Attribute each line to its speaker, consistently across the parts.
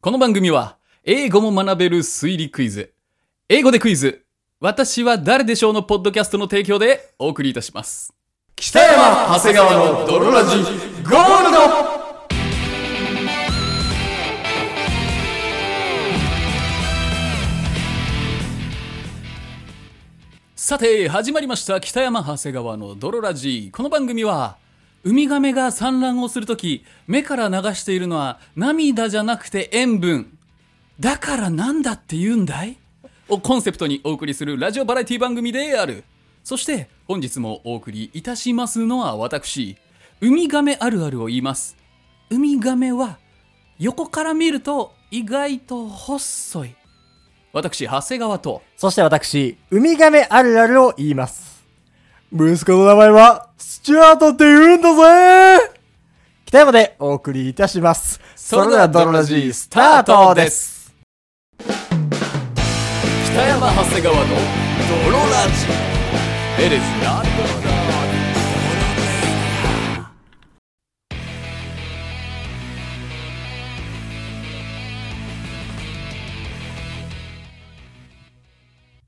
Speaker 1: この番組は、英語も学べる推理クイズ、英語でクイズ、私は誰でしょうのポッドキャストの提供でお送りいたします。北山長谷川の泥ラジ、ゴールドさて、始まりました。北山長谷川の泥ラジ。この番組は、ウミガメが産卵をするとき、目から流しているのは涙じゃなくて塩分。だからなんだって言うんだいをコンセプトにお送りするラジオバラエティ番組である。そして、本日もお送りいたしますのは私、ウミガメあるあるを言います。ウミガメは、横から見ると意外と細い。私、長谷川と、
Speaker 2: そして私、ウミガメあるあるを言います。息子の名前は、スチュアートって言うんだぜ北山でお送りいたします。それでは、ドロラジー、スタートです
Speaker 1: 北山長谷川の泥ラジ It is not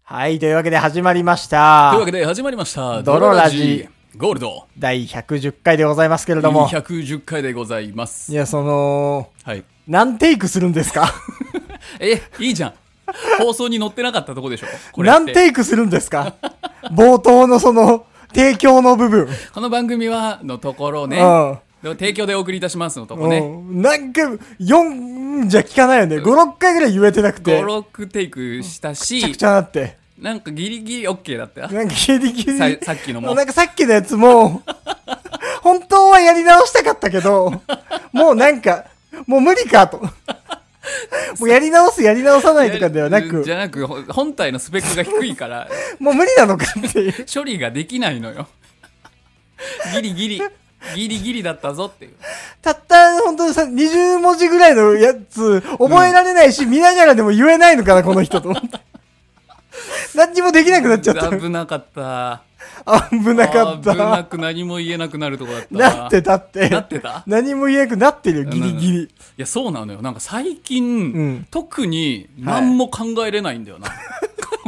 Speaker 2: はい、というわけで始まりました
Speaker 1: というわ。けで始まりました
Speaker 2: 泥ラジ
Speaker 1: ゴールド
Speaker 2: 第110回でございますけれども。
Speaker 1: 110回でございま
Speaker 2: い
Speaker 1: す
Speaker 2: や、その、
Speaker 1: はい
Speaker 2: 何テイクするんですか
Speaker 1: えいいじゃん放送に載ってなかったとこでしょ これって
Speaker 2: 何テイクするんですか冒頭のその、提供の部分。
Speaker 1: この番組はのところね
Speaker 2: うん
Speaker 1: でも提供でお送りいたしますのとこね
Speaker 2: うん。何回も、4じゃ聞かないよね。5、6回ぐらい言えてなくて。
Speaker 1: 56テイクした
Speaker 2: めちゃ
Speaker 1: し
Speaker 2: くちゃなって。
Speaker 1: なんかギリギリ OK だったよ
Speaker 2: なんかギリギリ。
Speaker 1: ささっきのも
Speaker 2: なんかさっきのやつも、 本当はやり直したかったけど、もうなんか、もう無理 かと。もうやり直す、やり直さないとかではなく
Speaker 1: じ、ゃなくほ本体のスペックが低い から
Speaker 2: もう無理なのかっていう。
Speaker 1: 処理ができないのよギリギリギリギリだったぞっていう
Speaker 2: たった、本当にさ、20文字ぐらいのやつ、覚えられないし、見ながらでも言えないのかな、この 人と思って。何にもできなくなっちゃった。
Speaker 1: 危なかった
Speaker 2: 危なかっ
Speaker 1: 危な
Speaker 2: た。
Speaker 1: く何も言えなくなるとこだった
Speaker 2: なってたって。
Speaker 1: なってた
Speaker 2: 何も言えなくなってるよ、ギリギリ。
Speaker 1: いやそうなのよなんか最近、
Speaker 2: うん
Speaker 1: 特に何も考えれないんだ よな、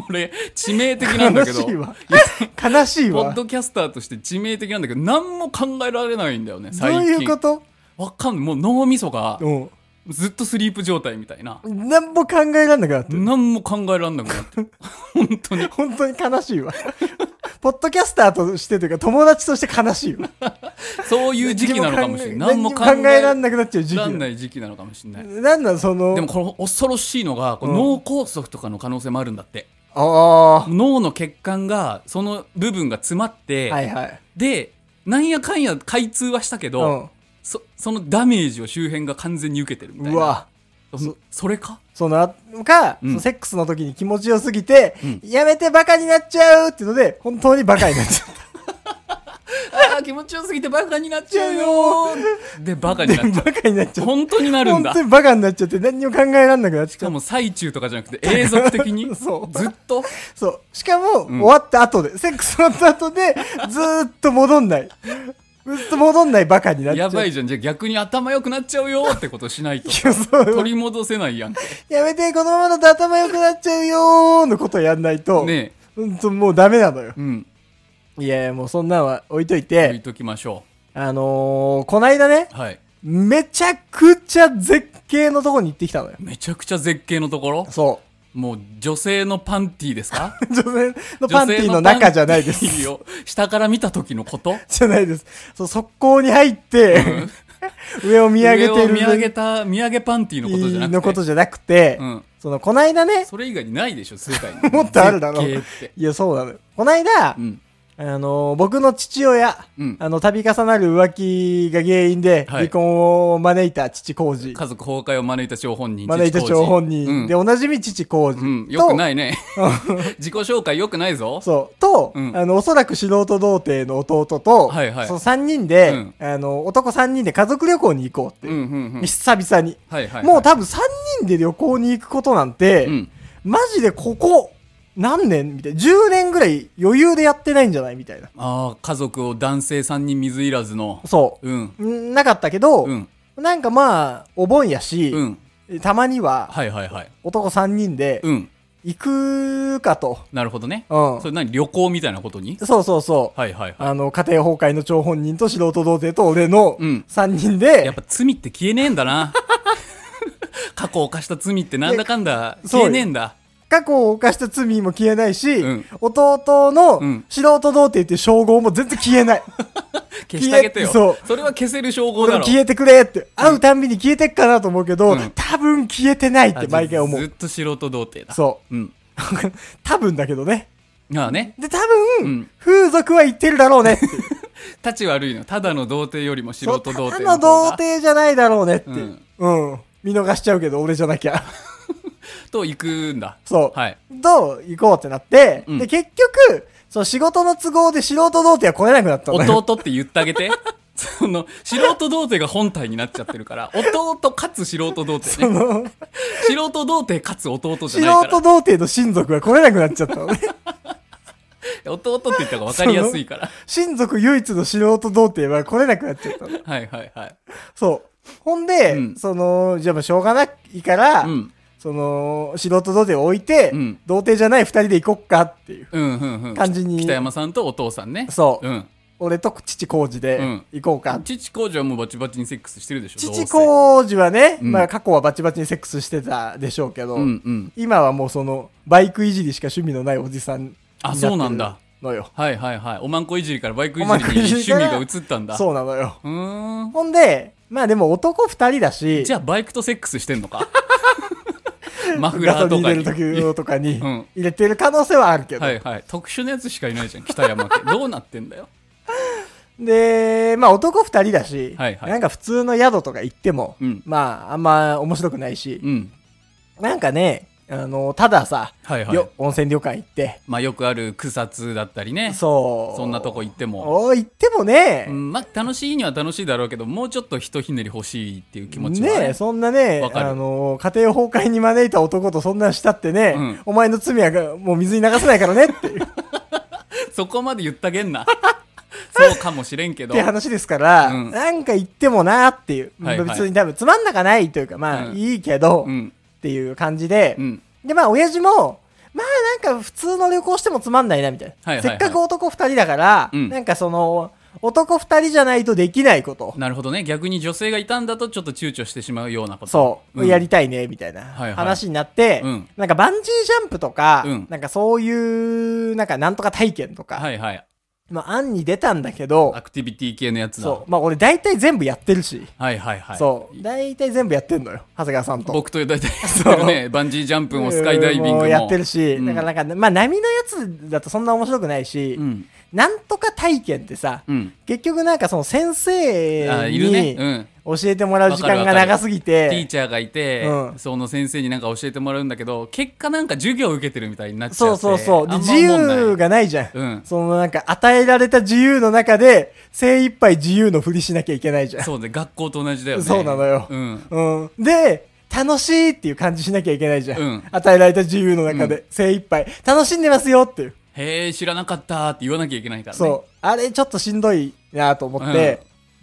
Speaker 1: これ致命的なんだ
Speaker 2: 悲
Speaker 1: けど
Speaker 2: しいわ
Speaker 1: いや。
Speaker 2: 悲しい
Speaker 1: ポ
Speaker 2: わ
Speaker 1: ッ。ドキャスターとして致命的なんだけど何も考えられないんだよね
Speaker 2: ど
Speaker 1: 最
Speaker 2: う
Speaker 1: 近
Speaker 2: いうこと
Speaker 1: わかんないもう脳みそが
Speaker 2: うん。
Speaker 1: ずっとスリープ状態みたいな
Speaker 2: 何も考えらんなくなってる。
Speaker 1: 何も考えられなくなって本当に
Speaker 2: 本当に悲しいわ。 ポッドキャスターとしてというか友達として悲しいわ。
Speaker 1: そういう 時期なのかもしれない。何も考
Speaker 2: 何にも考
Speaker 1: え
Speaker 2: え
Speaker 1: ら
Speaker 2: ら
Speaker 1: ん
Speaker 2: んなくなっちゃう時期だ。
Speaker 1: ない時期なのかもしれない。
Speaker 2: なんなんその、
Speaker 1: でもこの恐ろしいのが、この
Speaker 2: うん
Speaker 1: 脳梗塞とかの可能性もあるんだって。
Speaker 2: あ
Speaker 1: 脳の血管が、その部分が詰まって、
Speaker 2: あ、はいはい。
Speaker 1: で、なんやかんや開通はしたけ
Speaker 2: う
Speaker 1: ど、
Speaker 2: ん。
Speaker 1: そそのダメージを周辺が完全に受けてるみたいうな。
Speaker 2: わ。
Speaker 1: そそれか
Speaker 2: その、か、
Speaker 1: うん
Speaker 2: そのセックスの時に気持ちよすぎて、
Speaker 1: うん
Speaker 2: やめてバカになっちゃうっていうので、本当にバカになっちゃう。
Speaker 1: ああ、気持ちよすぎてバカになっちゃうよーで、バカになっちゃ
Speaker 2: バカになっち
Speaker 1: う。
Speaker 2: ゃう。
Speaker 1: 本当になるん
Speaker 2: 本
Speaker 1: だ
Speaker 2: 当。にバカになっちゃって何にも考えらんなくなっ
Speaker 1: し
Speaker 2: ちゃ
Speaker 1: か
Speaker 2: う。
Speaker 1: も最中とかじゃなくて永続的 にず
Speaker 2: そう
Speaker 1: っと
Speaker 2: そう。しかも、
Speaker 1: うん
Speaker 2: 終わった後で、セックス終わった後で、ずーっと戻んない。ずっと戻んないバカになっちゃ
Speaker 1: や
Speaker 2: う。
Speaker 1: ばい
Speaker 2: い
Speaker 1: じゃんじゃあ逆に頭良くなっちゃうよってことし ないと
Speaker 2: や、そう。
Speaker 1: 取り戻せないやんって
Speaker 2: やめて、このままだと頭良くなっちゃうよーのことやんないと、
Speaker 1: ね
Speaker 2: ほんともうダメなのよ
Speaker 1: え。うん
Speaker 2: いやいや、もうそんなんは置いとい
Speaker 1: 置い
Speaker 2: て、
Speaker 1: ときましょ
Speaker 2: あのー、こないだね、
Speaker 1: うはい
Speaker 2: めちゃくちゃ絶景のとこに行ってきたのよ。
Speaker 1: めちゃくちゃ絶景のところ
Speaker 2: そ
Speaker 1: もう女性のパンティーですか
Speaker 2: う。女性のパンティーの中じゃないです
Speaker 1: 女。性のパンティーを下から見た時のこと
Speaker 2: じゃないです。そう、速攻に入って、上を見上げて
Speaker 1: 上を
Speaker 2: る
Speaker 1: 見上げた見上げパンティーのことじゃなくて
Speaker 2: のことじゃなくて、
Speaker 1: うん
Speaker 2: その、こないだね、
Speaker 1: それ以外にないでしょ世界に
Speaker 2: もっとあるだろう。
Speaker 1: 絶
Speaker 2: い
Speaker 1: 景って
Speaker 2: や、そうなのよ。こないだ、
Speaker 1: うん
Speaker 2: あの、僕の父親、
Speaker 1: うん
Speaker 2: あの、度重なる浮気が原因で、
Speaker 1: はい
Speaker 2: 離婚を招いた父浩二。
Speaker 1: 家族崩壊を招いた張本人
Speaker 2: 招いた張本人。
Speaker 1: うん
Speaker 2: で、おなじみ父浩二。
Speaker 1: うん、よく
Speaker 2: い。
Speaker 1: ないね 自己紹介よくないぞ
Speaker 2: そう。と、
Speaker 1: うん
Speaker 2: あの、おそらく素人童貞の弟と、
Speaker 1: はいはい
Speaker 2: その三人で、
Speaker 1: うん
Speaker 2: あの、男三人で家族旅行に行こうって。
Speaker 1: うんうんうん
Speaker 2: 久々に。
Speaker 1: はいはいはい
Speaker 2: もう多分三人で旅行に行くことなんて、
Speaker 1: うん
Speaker 2: マジでここ、何年みたいな。10年ぐらい余裕でやってないんじゃないみたいな。
Speaker 1: ああ家族を男性3人水いらずの
Speaker 2: そう
Speaker 1: うん
Speaker 2: ん。なかったけど、
Speaker 1: うん
Speaker 2: なんかまあ、お盆やし、
Speaker 1: うん
Speaker 2: たまには、
Speaker 1: はいはいはい。
Speaker 2: 男3人で、
Speaker 1: うん。
Speaker 2: 行くかと。
Speaker 1: なるほどね。
Speaker 2: うん
Speaker 1: それ何旅行みたいなことに
Speaker 2: そうそうそう。
Speaker 1: はいはいはい。
Speaker 2: あの、家庭崩壊の張本人と素人童貞と俺の
Speaker 1: うん
Speaker 2: 3人で、
Speaker 1: やっぱ罪って消えねえんだ な。過去犯した罪ってなんだかんだ
Speaker 2: で
Speaker 1: 消えねえんだ。
Speaker 2: 過去を犯した罪も消えないし、
Speaker 1: うん
Speaker 2: 弟
Speaker 1: う
Speaker 2: の
Speaker 1: ん
Speaker 2: 素人童貞っていう称号も全然消えない。
Speaker 1: 消してあげてよ。
Speaker 2: 消え
Speaker 1: それは消せる称号
Speaker 2: 俺
Speaker 1: だ
Speaker 2: も
Speaker 1: ろ。
Speaker 2: 消えてくれって、会うたんびに消えてっかなと思うけど、
Speaker 1: うん
Speaker 2: 多分消えてないっ
Speaker 1: あ
Speaker 2: て毎回思
Speaker 1: ずず
Speaker 2: う。
Speaker 1: っと素人童貞だ。。
Speaker 2: そう
Speaker 1: うん。
Speaker 2: う。多分だけどね。
Speaker 1: まあね、
Speaker 2: で、多分、
Speaker 1: うん
Speaker 2: 風俗は言ってるだろう ねっていう。
Speaker 1: たち悪いの。ただの童貞よりも素人童貞
Speaker 2: そ
Speaker 1: 方
Speaker 2: うただ
Speaker 1: が。
Speaker 2: の童貞じゃないだろうねって。
Speaker 1: う
Speaker 2: うんん。見逃しちゃうけど、俺じゃな きゃ。
Speaker 1: と行くんだ。
Speaker 2: そう。
Speaker 1: はい。
Speaker 2: どう行こうってなって、
Speaker 1: うん
Speaker 2: で、結局、その仕事の都合で素人童貞は来れなくなったんだよ。
Speaker 1: 弟って言ってあげて。 その、素人童貞が本体になっちゃってるから、弟かつ素人童貞ね。
Speaker 2: の
Speaker 1: 素人童貞かつ弟じ
Speaker 2: 素
Speaker 1: ゃないから
Speaker 2: 人。童貞の親族が来れなくなっちゃったのね。
Speaker 1: 弟って言った方が分かりやすいから。
Speaker 2: 親族唯一の素人童貞は来れなくなっちゃったの。
Speaker 1: はいはいはい。
Speaker 2: そう。ほんで、
Speaker 1: うん
Speaker 2: その、じゃあもうしょうがないから、
Speaker 1: うん。
Speaker 2: その、素人童貞を置いて、
Speaker 1: うん
Speaker 2: 童貞じゃない二人で行こっかっていう
Speaker 1: うんうんうん。
Speaker 2: 感じに、
Speaker 1: 北山さんとお父さんね。
Speaker 2: そう、
Speaker 1: ん。
Speaker 2: 俺と父浩二で
Speaker 1: うん
Speaker 2: 行こうか。
Speaker 1: 父工事はもうバチバチにセックスしてるでしょ。
Speaker 2: 父
Speaker 1: どう
Speaker 2: 浩二はね、
Speaker 1: うん
Speaker 2: まあ過去はバチバチにセックスしてたでしょうけど、
Speaker 1: せうんうん。
Speaker 2: 今はもうその、バイクいじりしか趣味のないおじさんにな
Speaker 1: あ、
Speaker 2: ってる
Speaker 1: そうなんだ。
Speaker 2: のよ。
Speaker 1: はいはいはい。おまんこいじりからバイクいじ
Speaker 2: おまんこい
Speaker 1: りに
Speaker 2: じ
Speaker 1: 趣
Speaker 2: りから
Speaker 1: 味が移ったんだ。う。
Speaker 2: そうなのよ。
Speaker 1: うーん。
Speaker 2: ほんで、まあでも男二人だし、
Speaker 1: じゃあバイクとセックスしてんの かマフ
Speaker 2: ガ
Speaker 1: ラ
Speaker 2: ソ
Speaker 1: ー
Speaker 2: リ
Speaker 1: とか
Speaker 2: ン入
Speaker 1: に。
Speaker 2: れる時とかに
Speaker 1: うん
Speaker 2: 入れてる可能性はあるけど。
Speaker 1: はいはい。特殊なやつしかいないじゃん、北山 家。どうなってんだよ。
Speaker 2: で、まあ男二人だし、
Speaker 1: はいはい
Speaker 2: なんか普通の宿とか行っても、
Speaker 1: うん
Speaker 2: まああんま面白くないし、
Speaker 1: うん。
Speaker 2: なんかね、あの、たださ、
Speaker 1: はいはい
Speaker 2: よ温泉旅館行って、
Speaker 1: まあよくある草津だったりね。
Speaker 2: そう。
Speaker 1: そんなとこ行っても。
Speaker 2: お行ってもね、
Speaker 1: うん、まあ楽しいには楽しいだろうけど、もうちょっとひとひねり欲しいっていう気持ちは
Speaker 2: ねえ、そんなね、
Speaker 1: わかる
Speaker 2: あの、家庭崩壊に招いた男とそんなしたってね、
Speaker 1: うん
Speaker 2: お前の罪はがもう水に流せないから ねっていうっ
Speaker 1: そこまで言ったげ んな。そうかもしれんけど。
Speaker 2: て
Speaker 1: はい
Speaker 2: 話ですから、
Speaker 1: うん
Speaker 2: なんか行ってもなっていう、
Speaker 1: はいはい
Speaker 2: 別に多分つまんなかないというか、まあ、
Speaker 1: うん
Speaker 2: いいけど、
Speaker 1: う
Speaker 2: っ
Speaker 1: ん。
Speaker 2: ていう感じで、
Speaker 1: うん。
Speaker 2: で、まあ、親父も、まあ、なんか普通の旅行してもつまんないなみたいな。
Speaker 1: はいはいはい
Speaker 2: せっかく男二人だから、
Speaker 1: うん
Speaker 2: なんかその、男二人じゃないとできないこと、
Speaker 1: なるほどね。逆に女性がいたんだとちょっと躊躇してしまうようなこと。
Speaker 2: そう、
Speaker 1: ん
Speaker 2: やりたいね、みたいな
Speaker 1: はいはい
Speaker 2: 話になって、
Speaker 1: うん
Speaker 2: なんかバンジージャンプとか、
Speaker 1: うん
Speaker 2: なんかそういう、なんかなんとか体験とか、
Speaker 1: はいはい。
Speaker 2: まあ案に出たんだけど
Speaker 1: ア、クティビティ系のやつだ。
Speaker 2: そう、まあ俺大体全部やってるし、
Speaker 1: はいはいはい。
Speaker 2: そう、大体全部やってんのよ、長谷川さんと。
Speaker 1: 僕と大体やって
Speaker 2: そう
Speaker 1: るね。バンジージャンプもスカイダイビングも。
Speaker 2: うやってるし、
Speaker 1: うん
Speaker 2: だからなんか、まあ波のやつだとそんな面白くないし、
Speaker 1: うん。
Speaker 2: なんとか体験ってさ、
Speaker 1: うん。
Speaker 2: 結局なんかその先
Speaker 1: あ、
Speaker 2: 生
Speaker 1: いるね。
Speaker 2: に
Speaker 1: うん。
Speaker 2: 教えてもらう時間が長すぎ
Speaker 1: ティー
Speaker 2: て、
Speaker 1: チャーがいて、
Speaker 2: うん
Speaker 1: その先生になんか教えてもらうんだけど、結果なんか授業受けてるみたいになっちゃって。
Speaker 2: そうそうそう、で
Speaker 1: あんま
Speaker 2: 自
Speaker 1: 思んない
Speaker 2: 由がないじゃん。
Speaker 1: うん。
Speaker 2: そのなんか与えられた自由の中で精一杯自由のふりしなきゃいけないじゃん。
Speaker 1: そうね。学校と同じだよね。
Speaker 2: そうなのよ
Speaker 1: うん。
Speaker 2: うん。で、楽しいっていう感じしなきゃいけないじゃん。
Speaker 1: うん
Speaker 2: 与えられた自由の中で精一杯楽しんでますよっていう。
Speaker 1: へえ、知らなかったって言わなきゃいけないからね。
Speaker 2: そう。あれちょっとしんどいなと思って。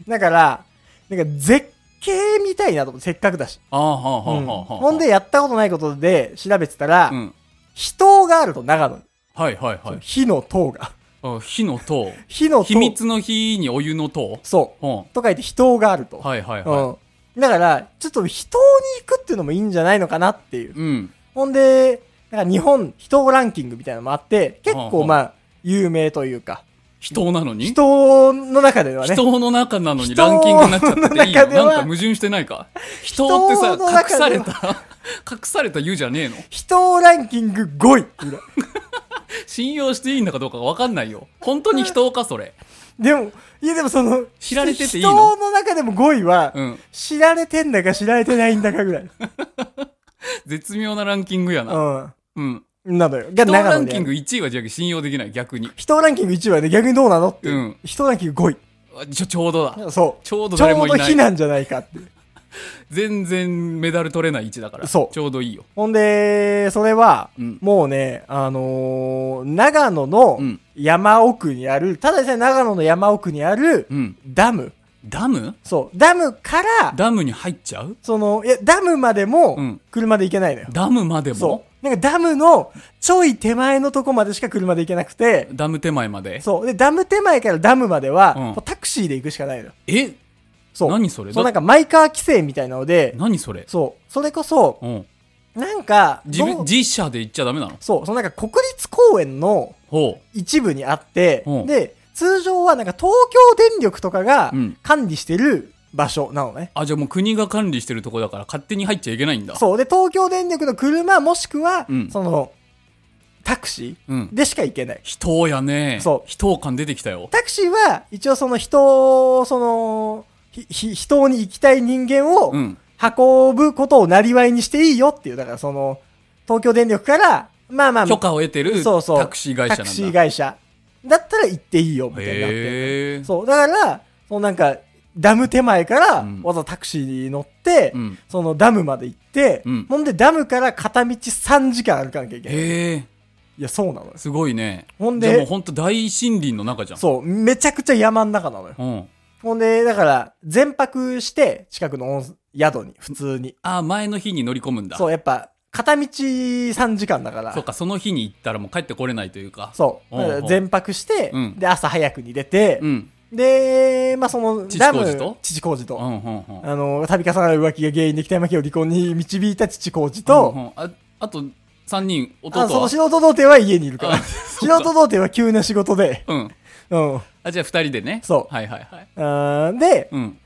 Speaker 2: だから、なんか絶景みたいなと思って、せっかくだし。
Speaker 1: ああ、はあ、はあ、
Speaker 2: うん
Speaker 1: はあ。
Speaker 2: ほんで、、やったことないことで調べてたら、
Speaker 1: うん。
Speaker 2: 秘湯があると長野に。
Speaker 1: はいはいはい。
Speaker 2: 火の塔が。
Speaker 1: あ火の塔。
Speaker 2: 火の塔。
Speaker 1: 秘密の火にお湯の塔。
Speaker 2: そう。
Speaker 1: うん。
Speaker 2: と書いて秘湯があると。
Speaker 1: はいはいは
Speaker 2: うん。だから、ちょっと人に行くっていうのもいいんじゃないのかなってい
Speaker 1: い。。
Speaker 2: う
Speaker 1: うん。
Speaker 2: ほんで、なんか日本人ランキングみたいなのもあって、結
Speaker 1: はあは
Speaker 2: 構
Speaker 1: あ
Speaker 2: まあ、有名というか、
Speaker 1: 人なのに
Speaker 2: 人の中ではね、
Speaker 1: 人の中なのに
Speaker 2: 人
Speaker 1: ランキングになっちゃってていいの
Speaker 2: の中では
Speaker 1: なんか矛盾してないか人ってさ
Speaker 2: 人の、中
Speaker 1: 隠さ
Speaker 2: で
Speaker 1: れ
Speaker 2: は
Speaker 1: た、隠された湯じゃねえの
Speaker 2: 人ランキング5位ぐらい。
Speaker 1: 信用していいんだかどうかわかんないよ。本当に人か、それ。
Speaker 2: でも、いやでもその、
Speaker 1: 知られてていいの
Speaker 2: 人の中でも5位は、
Speaker 1: うん。
Speaker 2: 知られてんだか知られてないんだ かぐらい。
Speaker 1: 絶妙なランキングやな。
Speaker 2: う
Speaker 1: うん。
Speaker 2: ん。なのよ。が
Speaker 1: 人ランキン
Speaker 2: グ。
Speaker 1: グ1位はじゃあ信用できない、逆に。
Speaker 2: 人ランキング1位はね、逆にどうなのっていう。
Speaker 1: うん
Speaker 2: 人ランキング5
Speaker 1: あちょ、ちょうどだ。
Speaker 2: 位。そう。
Speaker 1: ちょうど
Speaker 2: ちょ
Speaker 1: 誰
Speaker 2: う
Speaker 1: もい
Speaker 2: ど
Speaker 1: な
Speaker 2: 火
Speaker 1: い。
Speaker 2: なんじゃないかっていう。
Speaker 1: 全然メダル取れない位置だから。
Speaker 2: そう
Speaker 1: ちょうどいいよ。
Speaker 2: ほんで、それは、
Speaker 1: うん
Speaker 2: もうね、あのー長野の
Speaker 1: うん
Speaker 2: 山奥にある、ただでさえ長野の山奥にある
Speaker 1: うん。
Speaker 2: ダム
Speaker 1: ダム
Speaker 2: そう、ダムから、
Speaker 1: ダムに入っちゃう
Speaker 2: その、いや、ダムまで
Speaker 1: う
Speaker 2: も
Speaker 1: ん、
Speaker 2: 車で行けないのよ。
Speaker 1: ダムまで
Speaker 2: そ
Speaker 1: も
Speaker 2: う。なんかダムの、ちょい手前のとこまでしか車で行けなくて、
Speaker 1: ダム手前まで
Speaker 2: そう。で、ダム手前からダムまでは、
Speaker 1: うん
Speaker 2: もうタクシーで行くしかないのよ。
Speaker 1: え
Speaker 2: そう。
Speaker 1: 何それ
Speaker 2: そう、
Speaker 1: だ
Speaker 2: なんかマイカー規制みたいなので、
Speaker 1: 何それ
Speaker 2: そう。それこそ、
Speaker 1: うん
Speaker 2: なんか、
Speaker 1: 自
Speaker 2: ど
Speaker 1: 分
Speaker 2: う
Speaker 1: 自社で行っちゃダメなの
Speaker 2: そう、そのなんか国立公園の
Speaker 1: ほ
Speaker 2: 一部にあって
Speaker 1: う、ん
Speaker 2: で、通常はなんか東京電力とかが
Speaker 1: うん
Speaker 2: 管理してる場所なのね。
Speaker 1: うあじゃあもう国が管理してるとこだから勝手に入っちゃいけないんだ
Speaker 2: そう。で、東京電力の車もしくは、
Speaker 1: うん
Speaker 2: その、タクシ
Speaker 1: う
Speaker 2: ー
Speaker 1: ん
Speaker 2: でしか行けない。
Speaker 1: 人やね
Speaker 2: そう
Speaker 1: 人感出てきたよ
Speaker 2: タクシーは、一応その人を、その、ひ、ひ、人に行きたい人間を
Speaker 1: う、ん
Speaker 2: 運ぶことをなりわいにしていいよっていう、だからその、東京電力から、まあまあ、
Speaker 1: 許可を得てる
Speaker 2: そうそう
Speaker 1: タクシー会社なんだ
Speaker 2: タクシー会社。だったら行っていいよ、みたいになって。
Speaker 1: へえ
Speaker 2: そう、だから、そのなんか、ダム手前から
Speaker 1: うん、
Speaker 2: わざわざタクシーに乗って、
Speaker 1: うん
Speaker 2: そのダムまで行って、
Speaker 1: うん
Speaker 2: ほんでダムから片道3時間歩かなきゃいけない。
Speaker 1: へえ
Speaker 2: いや、そうなのよ。
Speaker 1: すごいね
Speaker 2: ほん
Speaker 1: じゃあもう
Speaker 2: で、
Speaker 1: ほんと大森林の中じゃん
Speaker 2: そう、めちゃくちゃ山の中なのよ。
Speaker 1: うん
Speaker 2: ほんで、だから、全泊して、近くの温宿に、普通に。
Speaker 1: あ前の日に乗り込むんだ
Speaker 2: そう、やっぱ、片道3時間だから。
Speaker 1: そうかその日に行ったらもう帰ってこれないというか
Speaker 2: そう。
Speaker 1: おうおう
Speaker 2: だから全泊して、
Speaker 1: うん
Speaker 2: で、朝早くに出て、
Speaker 1: うん
Speaker 2: で、まあ、その、
Speaker 1: 父
Speaker 2: ダ
Speaker 1: 浩二
Speaker 2: ム
Speaker 1: と、
Speaker 2: 父工事と
Speaker 1: う、んうんうん
Speaker 2: あの、度重なる浮気が原因で北山家を離婚に導いた父浩二と、
Speaker 1: うんうんああと3人弟
Speaker 2: あその
Speaker 1: は
Speaker 2: 素人童貞は家にいるか
Speaker 1: あ
Speaker 2: ら。素人童貞は急な仕事で。
Speaker 1: うん
Speaker 2: うん。
Speaker 1: あじゃあ2人でね
Speaker 2: そう
Speaker 1: はいはいはい
Speaker 2: あーで、
Speaker 1: うん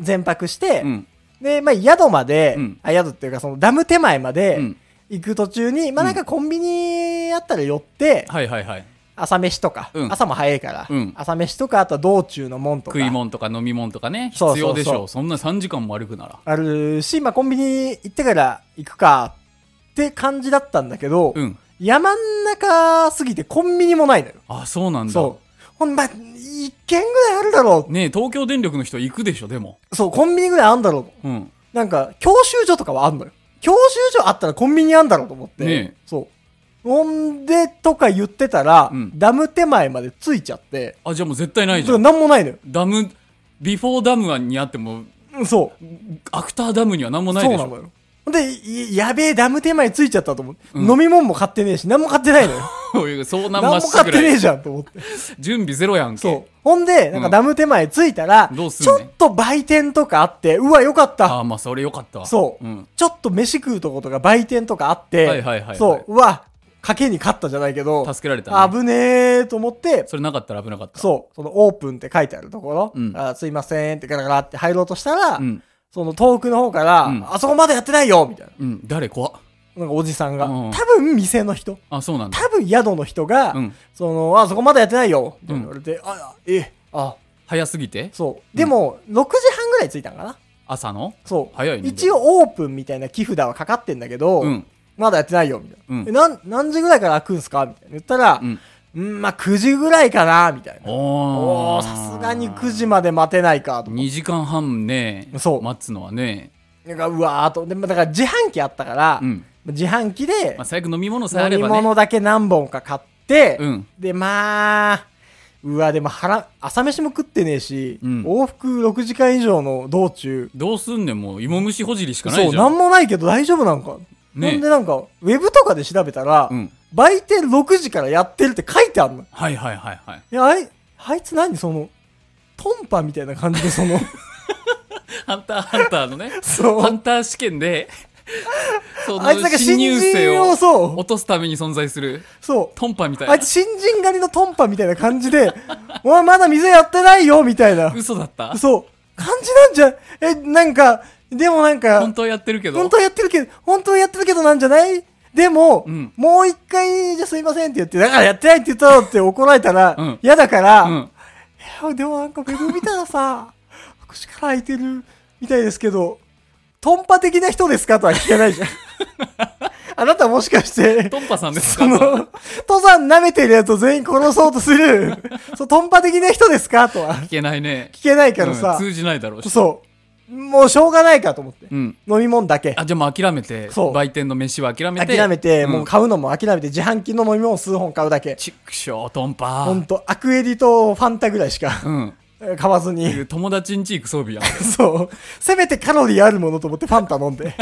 Speaker 2: 全泊して、
Speaker 1: うん
Speaker 2: で、まあ、宿まで、
Speaker 1: うん
Speaker 2: あ、宿っていうか、そのダム手前まで
Speaker 1: うん
Speaker 2: 行く途中に、まあ、なんかコンビニあったら寄って、
Speaker 1: はいはいはい
Speaker 2: 朝飯とか、
Speaker 1: うん
Speaker 2: 朝も早いから、
Speaker 1: うん
Speaker 2: 朝飯とか、あとは道中の門とか
Speaker 1: 食い物とか飲み物とかね必
Speaker 2: そうそうそう
Speaker 1: 要でしょうそんな3時間も歩くなら
Speaker 2: あるし、まあ、コンビニ行ってから行くかって感じだったんだけど、
Speaker 1: うん
Speaker 2: 山ん中すぎてコンビニもないのよ。
Speaker 1: あそうなんだ
Speaker 2: そう。ほんま、一軒ぐらいあるだろ
Speaker 1: ねえ東京電力の人行くでしょでも
Speaker 2: う。そう、コンビニぐらいあんだろう。
Speaker 1: うん
Speaker 2: なんか、教習所とかはあんのよ。教習所あったらコンビニあんだろうと思って。
Speaker 1: ねえ
Speaker 2: そう。ほんで、とか言ってたら、
Speaker 1: うん
Speaker 2: ダム手前まで着いちゃって、
Speaker 1: あじゃあもう絶対ないじ
Speaker 2: そ
Speaker 1: ゃ
Speaker 2: れ
Speaker 1: ん
Speaker 2: なんもないのよ。
Speaker 1: ダムビフォーダムにあっても
Speaker 2: うんそう。
Speaker 1: アクターダムには何もない
Speaker 2: そう
Speaker 1: でし
Speaker 2: な
Speaker 1: ょ
Speaker 2: のよ。ほんで、いやべえ、ダム手前着いちゃったと思って、
Speaker 1: うん
Speaker 2: 飲み物も買ってねえし、何も買ってないのよ。
Speaker 1: そういう遭難
Speaker 2: 何
Speaker 1: ま
Speaker 2: も
Speaker 1: っし
Speaker 2: 買
Speaker 1: ぐ
Speaker 2: ってね
Speaker 1: ら
Speaker 2: え
Speaker 1: い
Speaker 2: じゃんと思って。
Speaker 1: 準備ゼロやんけ
Speaker 2: そう。ほんで、なんかダム手前着いたら、
Speaker 1: どうすん
Speaker 2: ち
Speaker 1: ねん
Speaker 2: ょっと売店とかあって、うわ、よかった
Speaker 1: あ。あまあそれよかったわ
Speaker 2: そう、
Speaker 1: ん、
Speaker 2: ちょっと飯食うとことか売店とかあって、
Speaker 1: はいはいはいはい
Speaker 2: そう、うわ、賭けに勝ったじゃないけど、
Speaker 1: 助けられた、ね、
Speaker 2: 危ねえと思って、
Speaker 1: それなかったら危なかった
Speaker 2: そう、そのオープンって書いてあるところ、
Speaker 1: うん
Speaker 2: あすいませんってガラガラって入ろうとしたら、
Speaker 1: うん
Speaker 2: その遠くの方から、
Speaker 1: うん
Speaker 2: あそこまだやってないよみたいな。
Speaker 1: うん誰怖っ
Speaker 2: なんかおじさんが、
Speaker 1: うん
Speaker 2: 多分店の人、
Speaker 1: あそうなんだ
Speaker 2: 多分宿の人が、
Speaker 1: うん
Speaker 2: その、あそこまだやってないよって言われて、あ、え、あ、
Speaker 1: 早すぎて
Speaker 2: そう。でも、6時半ぐらい着いたんかな
Speaker 1: 朝の
Speaker 2: そう。
Speaker 1: 早いね
Speaker 2: 一応オープンみたいな木札はかかってんだけど、
Speaker 1: うん
Speaker 2: まだやってないよ、みたいな。
Speaker 1: うん
Speaker 2: えなん、何時ぐらいから開くんすかみたいな。言ったら、
Speaker 1: うん
Speaker 2: うん、まあ9時ぐらいかな、みたいな。
Speaker 1: お
Speaker 2: おー、さすがに9時まで待てないか、と思って。
Speaker 1: 2時間半ね
Speaker 2: そう
Speaker 1: 待つのはね
Speaker 2: なんか、うわーっと。で、まあだから自販機あったから、
Speaker 1: うん、
Speaker 2: 自販機で
Speaker 1: まあ、、最悪飲み物さえあ
Speaker 2: 飲
Speaker 1: れ
Speaker 2: み
Speaker 1: ばね
Speaker 2: 物だけ何本か買って、
Speaker 1: うん
Speaker 2: で、まあ、うわ、でも腹、朝飯も食ってねえし、
Speaker 1: うん
Speaker 2: 往復6時間以上の道中、
Speaker 1: どうすんねんもう芋虫ほじりしかない
Speaker 2: そう、
Speaker 1: じゃ
Speaker 2: なんんもないけど大丈夫なんか。
Speaker 1: ねえ
Speaker 2: ほんでなんか、ウェブとかで調べたら、
Speaker 1: うん
Speaker 2: 売店6時からやってるって書いてあるの。い
Speaker 1: はいはいはいはい
Speaker 2: や、あい、あいつ何その、トンパみたいな感じでそ の、
Speaker 1: ハンターハンターのね
Speaker 2: そう
Speaker 1: ハンター試験 でその
Speaker 2: あいつなんか
Speaker 1: 新
Speaker 2: 新
Speaker 1: 入生
Speaker 2: 人を
Speaker 1: を
Speaker 2: そう、
Speaker 1: 落とすために存在する
Speaker 2: そう。
Speaker 1: トンパみたい
Speaker 2: あ
Speaker 1: ない
Speaker 2: つ新人狩りのトンパみたいな感じで、 お前まだ店やってないよ、みたいな。
Speaker 1: 嘘だった
Speaker 2: そう。感じなんじゃ、え、なんか、でもなんか、
Speaker 1: 本当はやってるけど
Speaker 2: 本当はやってるけど、本当はやってるけどなんじゃないでも、
Speaker 1: うん
Speaker 2: もう一回、じゃあすいませんって言って、だからやってないって言ったろって怒られたら、
Speaker 1: うん
Speaker 2: 嫌だから、
Speaker 1: うん
Speaker 2: いやでもなんかウェブ見たらさ、口から開いてるみたいですけど、トンパ的な人ですかとは聞かな いじゃん。あなたもしかして、
Speaker 1: トンパさんです
Speaker 2: そ
Speaker 1: か
Speaker 2: の、
Speaker 1: と
Speaker 2: 登山舐めてるやつを全員殺そうとす る、そう、トンパ的な人ですかとは
Speaker 1: 聞けないね
Speaker 2: 聞けないからさ、
Speaker 1: うん通じないだろうし
Speaker 2: そう、もうしょうがないかと思って。
Speaker 1: うん
Speaker 2: 飲み物だけ。
Speaker 1: あじゃあもう諦めて
Speaker 2: そう
Speaker 1: 売店の飯は諦めて
Speaker 2: 諦めて、もう
Speaker 1: うん
Speaker 2: 買うのも諦めて、自販機の飲み物数本買うだけ。
Speaker 1: ちくしょうトンパ
Speaker 2: ほんと、アクエリとファンタぐらいしか、
Speaker 1: うん
Speaker 2: え買わずに。
Speaker 1: 友達んち行く装備やん。
Speaker 2: そう。せめてカロリーあるものと思ってファンタ飲ん で。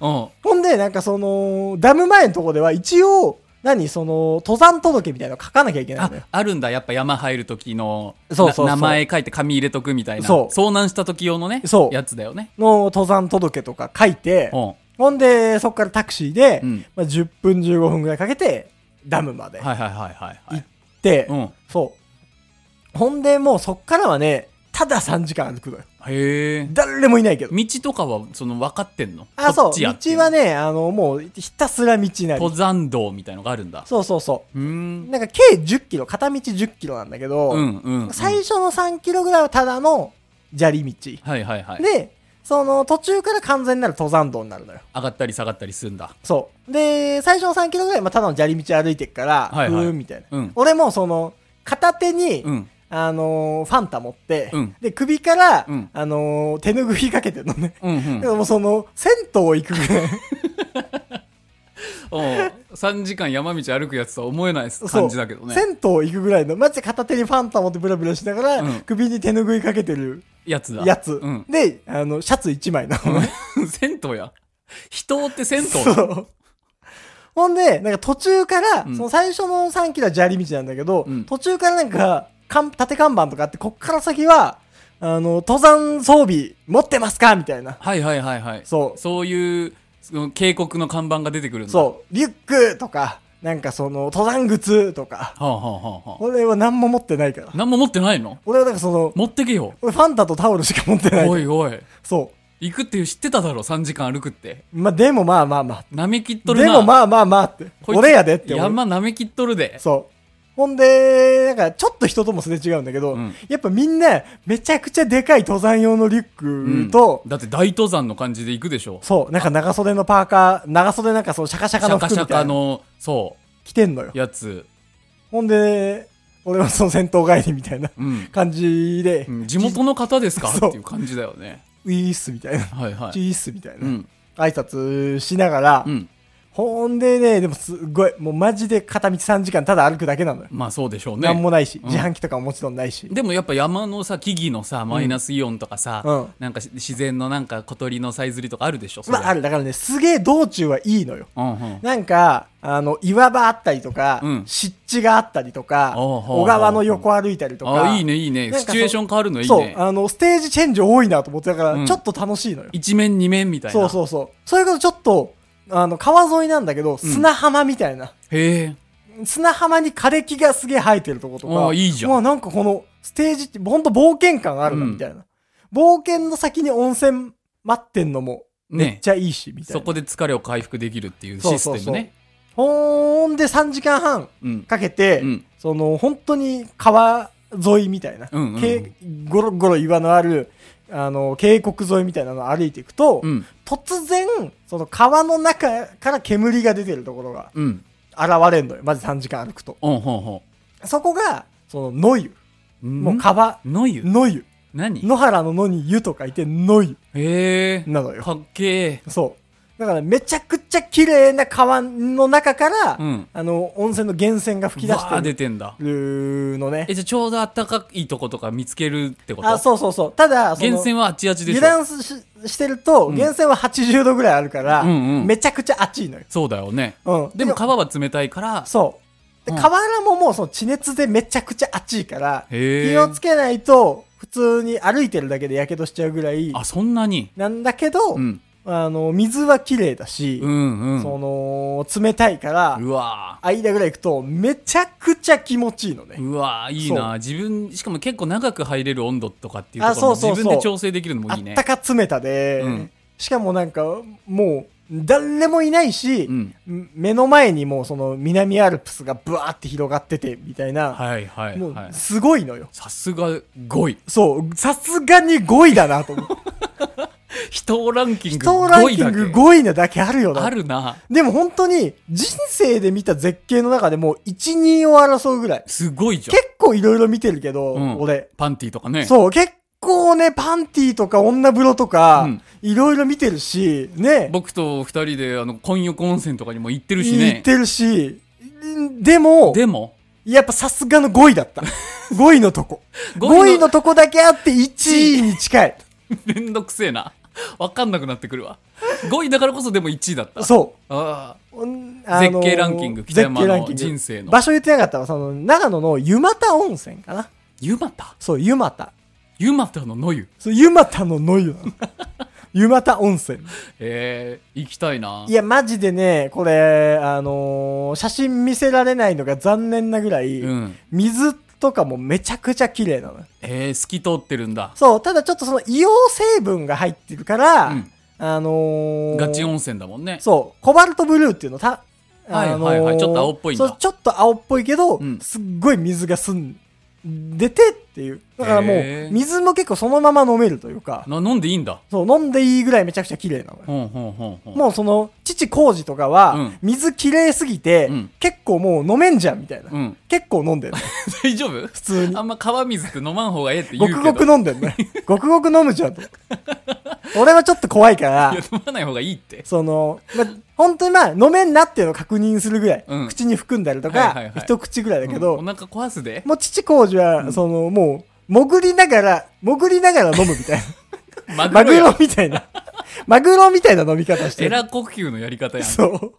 Speaker 1: うん。
Speaker 2: ほんで、なんかその、ダム前のとこでは一応、何その、登山届みたいなの書かなきゃいけない
Speaker 1: あ
Speaker 2: のよ。、
Speaker 1: あるんだ。やっぱ山入る時の、
Speaker 2: そうそうそう
Speaker 1: な名前書いて紙入れとくみたいな。
Speaker 2: そう
Speaker 1: 遭難した時用のね、
Speaker 2: そう
Speaker 1: やつだよね。
Speaker 2: の登山届とか書いて、
Speaker 1: うん。
Speaker 2: ほんで、そこからタクシーで、
Speaker 1: うん
Speaker 2: まあ、10分15分ぐらいかけて、ダムまで行
Speaker 1: はいはいはいはいはい。
Speaker 2: って、
Speaker 1: うん。
Speaker 2: そう。ほんで、もうそっからはね、ただ3時間歩くのよ。
Speaker 1: へえ。
Speaker 2: 誰もいないけど。
Speaker 1: 道とかは、その、分かってんの
Speaker 2: あ、
Speaker 1: こ
Speaker 2: そ
Speaker 1: っ
Speaker 2: う。
Speaker 1: ちやってい
Speaker 2: 道はね、あの、もう、ひたすら道なり。
Speaker 1: 登山道みたいのがあるんだ。
Speaker 2: そうそうそう
Speaker 1: ー
Speaker 2: う。
Speaker 1: ん。
Speaker 2: なんか計10キロ、片道10キロなんだけど、
Speaker 1: うんうん、うん。
Speaker 2: 最初の3キロぐらいはただの砂利道。
Speaker 1: はいはいはい。
Speaker 2: で、その途中から完全なる登山道になるのよ。
Speaker 1: 上がったり下がったりするんだ。
Speaker 2: そう。で、最初の3キロぐらい、まあ、ただの砂利道歩いてっから、
Speaker 1: はいはい
Speaker 2: ふーんみたいな。
Speaker 1: うん
Speaker 2: 俺もその、片手に、
Speaker 1: うん。
Speaker 2: あのーファンタ持って、
Speaker 1: うん
Speaker 2: で、首から、
Speaker 1: うん
Speaker 2: あのー手拭いかけてるのね。
Speaker 1: うんう
Speaker 2: だ
Speaker 1: ん
Speaker 2: か。らもうその、銭湯行くぐらい。
Speaker 1: お3時間山道歩くやつとは思えない感じだけどね
Speaker 2: そう銭湯行くぐらいの、マジで片手にファンタ持ってブラブラしながら、
Speaker 1: うん
Speaker 2: 首に手拭いかけてる
Speaker 1: やつだ
Speaker 2: やつ。
Speaker 1: うん、
Speaker 2: で、あの、シャツ1枚なのね。
Speaker 1: 銭湯や人って銭湯だ
Speaker 2: そう。ほんで、なんか途中から、
Speaker 1: うん
Speaker 2: その最初の3キロは砂利道なんだけど、
Speaker 1: うん
Speaker 2: 途中からなんか、かん縦看板とかあって、こっから先は、あの、登山装備持ってますかみたいな。
Speaker 1: はいはいはいはい
Speaker 2: そう
Speaker 1: そういうその警告の看板が出てくるんだう
Speaker 2: そう、リュックとか、なんかその、登山靴と
Speaker 1: は
Speaker 2: か。
Speaker 1: あはあはあはあ
Speaker 2: 俺は何も持ってないから。
Speaker 1: 何も持ってないの
Speaker 2: 俺はなんかその、
Speaker 1: 持ってけよ
Speaker 2: 俺ファンタとタオルしか持ってないか
Speaker 1: お
Speaker 2: ら。
Speaker 1: いおい
Speaker 2: そ
Speaker 1: 行くっていう知ってただろ3時間歩くって
Speaker 2: う。まあ、でもまあまあまあ。
Speaker 1: なめきっとるな
Speaker 2: でもまあまあまあって。
Speaker 1: こいつ
Speaker 2: 俺やでって思う
Speaker 1: 山なめきっとるで
Speaker 2: そう。ほんで、なんか、ちょっと人ともすれ違うんだけど、
Speaker 1: うん
Speaker 2: やっぱみんな、めちゃくちゃでかい登山用のリュックと、
Speaker 1: だって大登山の感じで行くでしょ
Speaker 2: そう、なんか長袖のパーカー、長袖なんかそう、シャカシャ
Speaker 1: シ
Speaker 2: カの
Speaker 1: ャカ
Speaker 2: 服
Speaker 1: シ
Speaker 2: み
Speaker 1: ャ
Speaker 2: た
Speaker 1: カ
Speaker 2: いなの
Speaker 1: のそ
Speaker 2: 着てんのよ
Speaker 1: う。やつ
Speaker 2: ほんで、俺はその戦闘帰りみたいな
Speaker 1: うん、
Speaker 2: 感じで、
Speaker 1: うん、地元の方ですかっ
Speaker 2: そ
Speaker 1: て
Speaker 2: う
Speaker 1: いう感じだよね
Speaker 2: ウィースみたいな、
Speaker 1: はいは
Speaker 2: チ
Speaker 1: い
Speaker 2: ースみたいうな、
Speaker 1: ん
Speaker 2: 挨拶しながら、
Speaker 1: うん
Speaker 2: ほんでね、でもすっごい、もうマジで片道3時間ただ歩くだけなのよ。
Speaker 1: まあそうでしょう
Speaker 2: なん
Speaker 1: ね
Speaker 2: もないし、
Speaker 1: ん
Speaker 2: 自販機とかももちろんないし。
Speaker 1: でもやっぱ山のさ木々のさマイナスイオンとかさ、
Speaker 2: うん
Speaker 1: なんかし自然のなんか小鳥のさえずりとかあるでしょそれ
Speaker 2: まあ、ある。だからね、すげえ道中はいいのよ。
Speaker 1: うんうん
Speaker 2: なんか、あの、岩場あったりとか、
Speaker 1: うん
Speaker 2: 湿地があったりとか、
Speaker 1: おうほうほう
Speaker 2: 小川の横歩いたりとか。
Speaker 1: あいいねいいね
Speaker 2: なん
Speaker 1: シ
Speaker 2: かそ
Speaker 1: チュエーション変わるのいい
Speaker 2: そう
Speaker 1: ね、
Speaker 2: あの、ステージチェンジ多いなと思って、だから、
Speaker 1: うん
Speaker 2: ちょっと楽しいのよ。
Speaker 1: 一面二面みたいな
Speaker 2: そうそうそう。それこそちょっと、あの、川沿いなんだけど、砂浜みたいな。
Speaker 1: へえ
Speaker 2: 砂浜に枯れ木がすげえ生えてるとこと
Speaker 1: あ
Speaker 2: か。
Speaker 1: いいじゃん
Speaker 2: まあなんかこの、ステージって、ほんと冒険感あるな、
Speaker 1: うん
Speaker 2: みたいな。冒険の先に温泉待ってんのも、めっ
Speaker 1: ね
Speaker 2: ちゃいいし、みたいな。
Speaker 1: そこで疲れを回復できるっていうシステムね
Speaker 2: ほーんで3時間半
Speaker 1: うん
Speaker 2: かけて、
Speaker 1: うん
Speaker 2: その本当に川沿いみたいな、
Speaker 1: うんうんうん
Speaker 2: 渓ゴロゴロ岩のあるあの渓谷沿いみたいなのを歩いていくと、
Speaker 1: うん
Speaker 2: 突然その川の中から煙が出てるところが
Speaker 1: うん
Speaker 2: 現れんのよまず3時間歩くと
Speaker 1: おんほんほ
Speaker 2: そこがその野湯
Speaker 1: ん
Speaker 2: もう川
Speaker 1: の湯
Speaker 2: 野湯
Speaker 1: 何
Speaker 2: 野原の野に湯と書いて野湯
Speaker 1: へえ
Speaker 2: なのよ
Speaker 1: かっけえ
Speaker 2: そうだからめちゃくちゃ綺麗な川の中から、
Speaker 1: うん
Speaker 2: あの温泉の源泉が噴き出
Speaker 1: わ
Speaker 2: し
Speaker 1: あ
Speaker 2: て
Speaker 1: 出てんだ
Speaker 2: るのね
Speaker 1: えじゃあちょうど暖かいとことか見つけるってこと
Speaker 2: あ、そうそうそう。ただ、その
Speaker 1: 源泉はあっちあっちでし
Speaker 2: 油
Speaker 1: ょ
Speaker 2: 断ししてると、源泉は80度ぐらいあるから、
Speaker 1: うんうん
Speaker 2: めちゃくちゃ熱いのよ。
Speaker 1: そうだよね
Speaker 2: うん。
Speaker 1: でも川は冷たいから
Speaker 2: そう。で、
Speaker 1: うん
Speaker 2: 河原ももうその地熱でめちゃくちゃ熱いから、
Speaker 1: へー
Speaker 2: 気をつけないと、普通に歩いてるだけで火傷しちゃうぐらい、
Speaker 1: あそんなに
Speaker 2: なんだけど、
Speaker 1: うん
Speaker 2: あの、水は綺麗だし、
Speaker 1: うんうん
Speaker 2: その、冷たいから、
Speaker 1: うわ
Speaker 2: 間ぐらい行くと、めちゃくちゃ気持ちいいのね。
Speaker 1: ーうわーいい
Speaker 2: そ
Speaker 1: な自分しかも結構長く入れる温度とかっていうと
Speaker 2: あ
Speaker 1: ころも
Speaker 2: そうそうそう
Speaker 1: 自分で調整できるのも
Speaker 2: あ
Speaker 1: いい
Speaker 2: っ
Speaker 1: ね
Speaker 2: たか冷たで、
Speaker 1: うん
Speaker 2: しかもなんか、もう、誰もいないし、
Speaker 1: うん
Speaker 2: 目の前にもうその南アルプスがブワーって広がってて、みたいな、
Speaker 1: はいはい
Speaker 2: もう
Speaker 1: はい
Speaker 2: すごいのよ。
Speaker 1: さすが5位
Speaker 2: そう、さすがに5位だな と思って。
Speaker 1: 人ランキング
Speaker 2: 人ラン
Speaker 1: 5
Speaker 2: キ
Speaker 1: 位
Speaker 2: ン
Speaker 1: だ
Speaker 2: グ
Speaker 1: け
Speaker 2: 5位なだけあるよな。
Speaker 1: あるな
Speaker 2: でも本当に人生で見た絶景の中でもう1、2を争うぐらい。
Speaker 1: すごいじゃん
Speaker 2: 結構いろいろ見てるけど、
Speaker 1: うん
Speaker 2: 俺。
Speaker 1: パンティとかね
Speaker 2: そう、結構ね、パンティとか女風呂と
Speaker 1: う
Speaker 2: か
Speaker 1: ん、
Speaker 2: いろいろ見てるし、ね。
Speaker 1: 僕と2人であの混浴温泉とかにも行ってるし
Speaker 2: 言っ
Speaker 1: ね
Speaker 2: てるし、でも、
Speaker 1: でも
Speaker 2: やっぱさすがの5位だった。 5位のとこ。
Speaker 1: 5
Speaker 2: 5位のとこだけあって1位に近い。
Speaker 1: めんどくせえな。わかんなくなってくるわ。5位だからこそでも1位だった。
Speaker 2: そ
Speaker 1: あ
Speaker 2: う。あのー
Speaker 1: 絶景ランキング北山の
Speaker 2: 絶景ランキング
Speaker 1: 人生の
Speaker 2: 場所言ってなかったわ。その、長野の湯俣温泉かな。
Speaker 1: 湯俣
Speaker 2: そう、湯俣。
Speaker 1: 湯俣の野湯。
Speaker 2: そう、湯俣の 野湯なの。湯俣温泉。。
Speaker 1: えー、行きたいない
Speaker 2: や、マジでね、これ、あのー写真見せられないのが残念なぐらい、
Speaker 1: うん。
Speaker 2: 水とかもめちゃくちゃ綺麗なの。
Speaker 1: えー、透き通ってるんだ。
Speaker 2: そう、ただちょっとその硫黄成分が入ってるから、
Speaker 1: うん
Speaker 2: あのー
Speaker 1: ガチ温泉だもんね。
Speaker 2: そう、コバルトブルーっていうの、た、
Speaker 1: はいはいはいちょっと青っぽいん
Speaker 2: そ
Speaker 1: だ
Speaker 2: う、ちょっと青っぽいけど、
Speaker 1: うん
Speaker 2: すっごい水が澄んでてっていう。だからも
Speaker 1: へー、
Speaker 2: う水も結構そのまま飲めるというか、
Speaker 1: な飲んでいいんだ。
Speaker 2: そう、飲んでいいぐらいめちゃくちゃ綺麗なのよ。
Speaker 1: ほんほんほんほん。
Speaker 2: もうその、父浩二とかは、
Speaker 1: うん
Speaker 2: 水綺麗すぎて、
Speaker 1: うん
Speaker 2: 結構もう飲めんじゃんみたいな。
Speaker 1: うん。
Speaker 2: 結構飲んでるの
Speaker 1: 大丈夫
Speaker 2: 普通に
Speaker 1: あ。んま川水って飲まん方がええって言
Speaker 2: ご
Speaker 1: うけど。
Speaker 2: くごく飲んでん ね。ごくごく飲むじゃんと。俺はちょっと怖いから
Speaker 1: いや、、飲まない方がいいって。
Speaker 2: その、ま、本当にまあ、飲めんなっていうのを確認するぐらい、
Speaker 1: うん
Speaker 2: 口に含んだりとか、
Speaker 1: はいはいはい
Speaker 2: 一口ぐらいだけど、
Speaker 1: うんお腹壊す で。
Speaker 2: もう父工事は、その、もう、潜りながら、潜りながら飲むみたい
Speaker 1: マ
Speaker 2: な。マ
Speaker 1: グロ
Speaker 2: グ
Speaker 1: や
Speaker 2: ロみたいな。マグロみたいな飲み方して
Speaker 1: エ
Speaker 2: る。
Speaker 1: ラ呼吸のやり方やん。
Speaker 2: そう。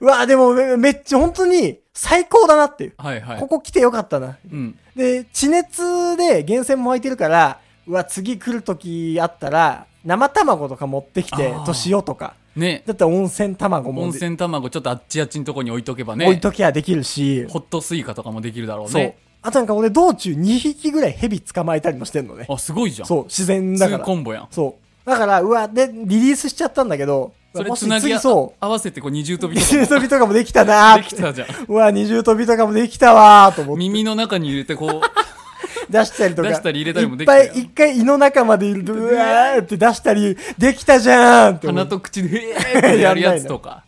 Speaker 2: うわ、でもめめっちゃ本当に最高だなっていう。
Speaker 1: はいはい。
Speaker 2: ここ来てよかったな。
Speaker 1: うん。
Speaker 2: で、地熱で源泉も湧いてるから、うわ、次来る時あったら、生卵とか持ってきて
Speaker 1: あー、
Speaker 2: と塩とか。
Speaker 1: ね。
Speaker 2: だったら温泉卵も
Speaker 1: 温泉卵ちょっとあっちあっちのとこに置いとけばね。
Speaker 2: 置いときゃできるし、
Speaker 1: ホットスイカとかもできるだろう
Speaker 2: そう
Speaker 1: ね。。
Speaker 2: あとなんか俺道中2匹ぐらい蛇捕まえたりもしてんのね。
Speaker 1: あ、すごいじゃん。
Speaker 2: そう、自然だか
Speaker 1: 2
Speaker 2: ら
Speaker 1: コ。ンボやん。
Speaker 2: そう。だから、うわ、で、リリースしちゃったんだけど、
Speaker 1: それ
Speaker 2: も
Speaker 1: つ
Speaker 2: し
Speaker 1: なぎ
Speaker 2: 次
Speaker 1: あ
Speaker 2: そ
Speaker 1: 合わせてこう二重跳
Speaker 2: う、
Speaker 1: び
Speaker 2: 二
Speaker 1: とか
Speaker 2: 重
Speaker 1: も
Speaker 2: 跳びとかもできたなー
Speaker 1: で
Speaker 2: っ
Speaker 1: き
Speaker 2: て
Speaker 1: たじゃん。
Speaker 2: うわ、二重跳びとかもできたわーと思って、
Speaker 1: 耳の中に入れてこ う、
Speaker 2: 出したりとか。
Speaker 1: 出したり入れたりもできたよ
Speaker 2: いっぱい、一回胃の中まで入れて、うわーって出したり、できたじゃーんって思
Speaker 1: 鼻
Speaker 2: う。
Speaker 1: と口で、えーってやるやつとか、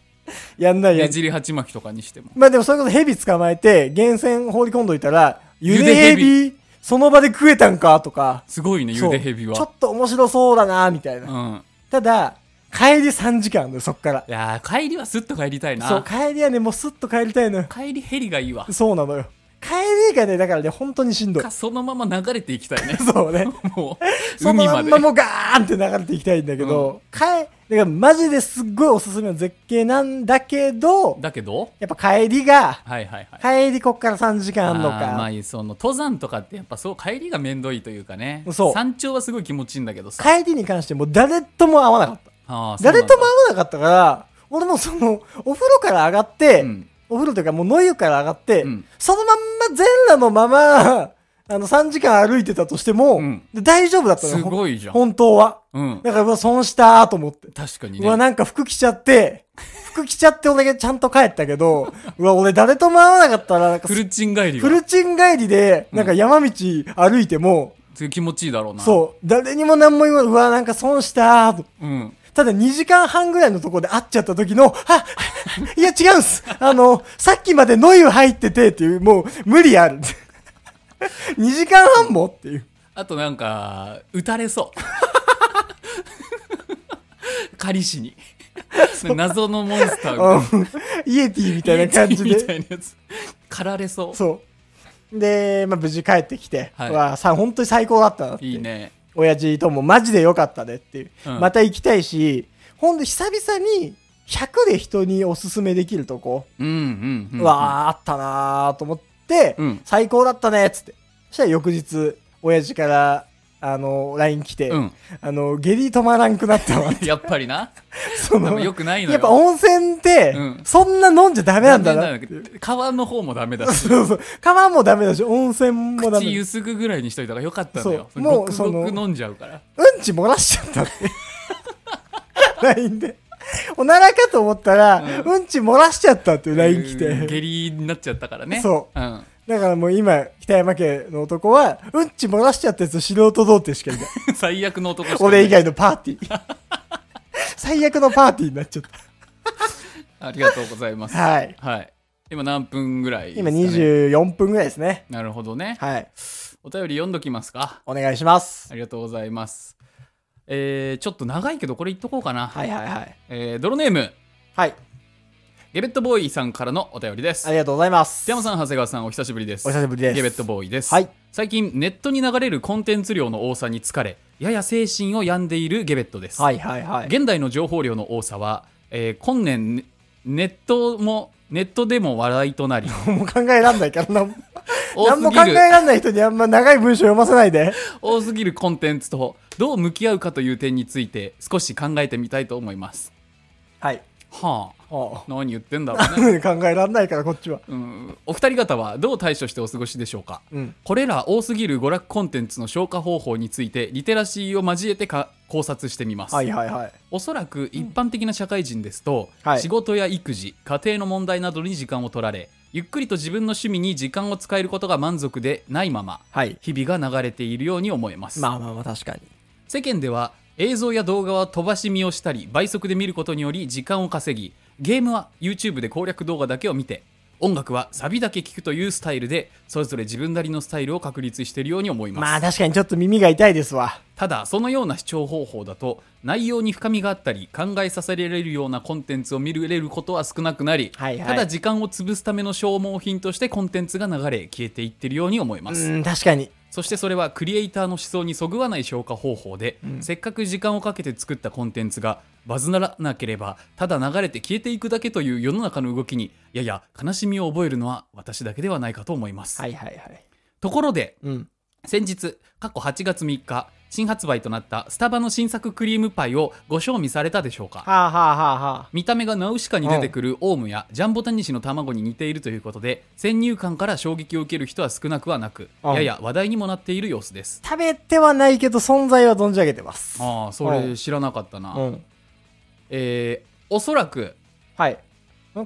Speaker 2: やんないや
Speaker 1: ね
Speaker 2: ん。
Speaker 1: じり鉢巻きとかにしても。
Speaker 2: まあでもそれこそ蛇捕まえて、源泉放り込んどいたら、ゆ
Speaker 1: ゆで
Speaker 2: で
Speaker 1: 蛇
Speaker 2: 蛇、その場で食えたんかとか。
Speaker 1: すごいね、ゆでヘビ
Speaker 2: そうちょ
Speaker 1: は。
Speaker 2: っと面白そうだなみたいな。
Speaker 1: うん。
Speaker 2: ただ、帰り3時間あるのよそっから
Speaker 1: い。やー、帰りはスッと帰りたい
Speaker 2: そ
Speaker 1: な。
Speaker 2: う、帰りはね、もうスッと帰りたいのよ。
Speaker 1: 帰りヘリがいいわ。
Speaker 2: そうなのよ。帰りがね、だからね、本当にしんどい
Speaker 1: か、。そのまま流れていきたいね。
Speaker 2: そうね。
Speaker 1: もう、
Speaker 2: その
Speaker 1: 海
Speaker 2: ま
Speaker 1: ま
Speaker 2: ん
Speaker 1: で
Speaker 2: ま。もうガーンって流れていきたいんだけど、帰、だからマジですっごいおすすめの絶景なんだけど、
Speaker 1: だけど、
Speaker 2: やっぱ帰りが、
Speaker 1: はいはいはい。
Speaker 2: 帰りこっから3時間あんの
Speaker 1: あーま
Speaker 2: か。
Speaker 1: あ、その登山とかってやっぱそう帰りがめんどいというかね
Speaker 2: そう
Speaker 1: 山頂はすごい気持ちいいんだけどさ
Speaker 2: 帰りに関してもう誰とも会わなかった。
Speaker 1: あーそうな
Speaker 2: 誰
Speaker 1: んだ
Speaker 2: とも会わなかったから、俺もその、 お風呂から上がって、
Speaker 1: うん
Speaker 2: お風呂というかもう野湯から上がって、
Speaker 1: うん
Speaker 2: そのまんま全裸のまま、 あの3時間歩いてたとしても、
Speaker 1: うん
Speaker 2: で大丈夫だったのよ
Speaker 1: すごいじゃん、
Speaker 2: 本当は。
Speaker 1: うん、
Speaker 2: だからうわ、損したーと思って。
Speaker 1: 確かに
Speaker 2: うわ、
Speaker 1: ね
Speaker 2: なんか服着ちゃって、服着ちゃって俺だけちゃんと帰ったけど、うわ、俺誰とも会わなかったら、なんか
Speaker 1: フルチン帰り
Speaker 2: フ
Speaker 1: が
Speaker 2: ルチン帰りで、なんか山道歩いても、
Speaker 1: すごい気持ちいいだろうな
Speaker 2: そう、誰にも何も言わない、うわ、なんか損したーと。
Speaker 1: う、ん、
Speaker 2: ただ2時間半ぐらいのところで会っちゃった時の、あ、 いや違うんす。あの、さっきまでノイル入っててっていう、もう無理ある。2時間半もっていう。
Speaker 1: あとなんか打たれそう彼氏に謎のモンスター
Speaker 2: う
Speaker 1: が
Speaker 2: んイエティみたいな感じ
Speaker 1: みた
Speaker 2: で。
Speaker 1: いなやつ狩られそう
Speaker 2: そう。で、まあ、無事帰ってきて、
Speaker 1: はい
Speaker 2: わあさ、本当に最高だったなって。
Speaker 1: いいね
Speaker 2: 親父ともマジで良かったねっていう。
Speaker 1: うん
Speaker 2: また行きたいし、ほんと久々に100で人におすすめできるとこ。
Speaker 1: うんうんうん、うん、
Speaker 2: うわあ、あったなーと思って、
Speaker 1: うん
Speaker 2: 最高だったねっつって。そしたら翌日、親父から、あの、LINE 来て、
Speaker 1: うん
Speaker 2: あの、下痢止まらんくなっ たわ。
Speaker 1: やっぱりな
Speaker 2: そ
Speaker 1: で
Speaker 2: の、
Speaker 1: も
Speaker 2: や
Speaker 1: よ
Speaker 2: っ
Speaker 1: くないのよ
Speaker 2: ぱ温泉って
Speaker 1: うん、
Speaker 2: そんな飲んじゃダメなんだな。
Speaker 1: ダメな川の方もダメだし
Speaker 2: そうそう。川もダメだし、温泉もダメ
Speaker 1: 口
Speaker 2: だ
Speaker 1: ゆ
Speaker 2: し。
Speaker 1: すぐぐらいにしといた方がよかったのよ
Speaker 2: そう
Speaker 1: も
Speaker 2: も
Speaker 1: う
Speaker 2: う
Speaker 1: そ
Speaker 2: そ
Speaker 1: の
Speaker 2: の
Speaker 1: ごくごく飲んじゃうから
Speaker 2: うんち漏らしちゃった って。LINE で。おならかと思ったら、
Speaker 1: う
Speaker 2: うん、ち漏らしちゃったっていう LINE 来
Speaker 1: うん
Speaker 2: て。
Speaker 1: 下痢になっちゃったからね、
Speaker 2: そう
Speaker 1: ん、
Speaker 2: だからもう今、北山家の男は、うんち漏らしちゃったやつ素人童貞しかい ない。
Speaker 1: 最悪の男しかいない
Speaker 2: 俺以外のパーティー。 最悪のパーティーになっちゃっ
Speaker 1: ありがとうござい ます
Speaker 2: た。はい。
Speaker 1: はい今何分ぐらいですか
Speaker 2: 今
Speaker 1: ね
Speaker 2: 24分ぐらいですね。
Speaker 1: なるほどね
Speaker 2: はい。
Speaker 1: お便り読んどきますか
Speaker 2: お願いします。
Speaker 1: ありがとうございますえー、ちょっと長いけどこれ言っとこうかな、
Speaker 2: はいはいはい。
Speaker 1: えー、ドロネーム
Speaker 2: はい。
Speaker 1: ゲベットボーイさんからのお便りです
Speaker 2: ありがとうございます。
Speaker 1: 北山さん長谷川さんお久しぶりです
Speaker 2: お久しぶりです
Speaker 1: ゲベットボーイです、
Speaker 2: はい
Speaker 1: 最近ネットに流れるコンテンツ量の多さに疲れやや精神を病んでいるゲベットです、
Speaker 2: はいはいはい。
Speaker 1: 現代の情報量の多さは、えー今年ねネットもネットでも話題となり
Speaker 2: もう考えらんないからな。
Speaker 1: 多
Speaker 2: 何
Speaker 1: す
Speaker 2: も考
Speaker 1: ぎ
Speaker 2: え
Speaker 1: る
Speaker 2: らんない人にあんま長い文章読ませないで。
Speaker 1: 多すぎるコンテンツとどう向き合うかという点について少し考えてみたいと思います
Speaker 2: はい。
Speaker 1: はあ
Speaker 2: 考
Speaker 1: 何言ってんだろ うね
Speaker 2: えらんないから、こっちは。
Speaker 1: うんお二人方はどう対処してお過ごしでしょうか
Speaker 2: うん。
Speaker 1: これら多すぎる娯楽コンテンツの消化方法についてリテラシーを交えてか考察してみます、
Speaker 2: はいはいはい。
Speaker 1: おそらく一般的な社会人ですと、
Speaker 2: はい
Speaker 1: 仕事や育児家庭の問題などに時間を取られゆっくりと自分の趣味に時間を使えることが満足でないまま
Speaker 2: はい。
Speaker 1: 日々が流れているように思えます、
Speaker 2: あまあまあ、確かに。
Speaker 1: 世間では映像や動画は飛ばし見をしたり倍速で見ることにより時間を稼ぎゲームは YouTube で攻略動画だけを見て音楽はサビだけ聴くというスタイルでそれぞれ自分なりのスタイルを確立しているように思います、
Speaker 2: まあ確かにちょっと耳が痛いですわ。
Speaker 1: ただそのような視聴方法だと内容に深みがあったり考えさせられるようなコンテンツを見れることは少なくなり、
Speaker 2: はいはい
Speaker 1: ただ時間を潰すための消耗品としてコンテンツが流れ消えていってるように思います、
Speaker 2: うん、確かに。
Speaker 1: そしてそれはクリエイターの思想にそぐわない消化方法で、せっかく時間をかけて作ったコンテンツがバズらなければただ流れて消えていくだけという世の中の動きにやや悲しみを覚えるのは私だけではないかと思います、
Speaker 2: はいはいはい。
Speaker 1: ところで
Speaker 2: うん。
Speaker 1: 先日過去8月3日新発売となったスタバの新作クリームパイをご賞味されたでしょうか
Speaker 2: はあはあはあは
Speaker 1: 見た目がナウシカに出てくるオウムやジャンボタニシの卵に似ているということで先入観から衝撃を受ける人は少なくはなく
Speaker 2: うん
Speaker 1: やや話題にもなっている様子です
Speaker 2: あ。食べてはないけど存在は存じ上げてます。
Speaker 1: ああそれ知らなかったな、
Speaker 2: うん。
Speaker 1: えーおそらく
Speaker 2: はい。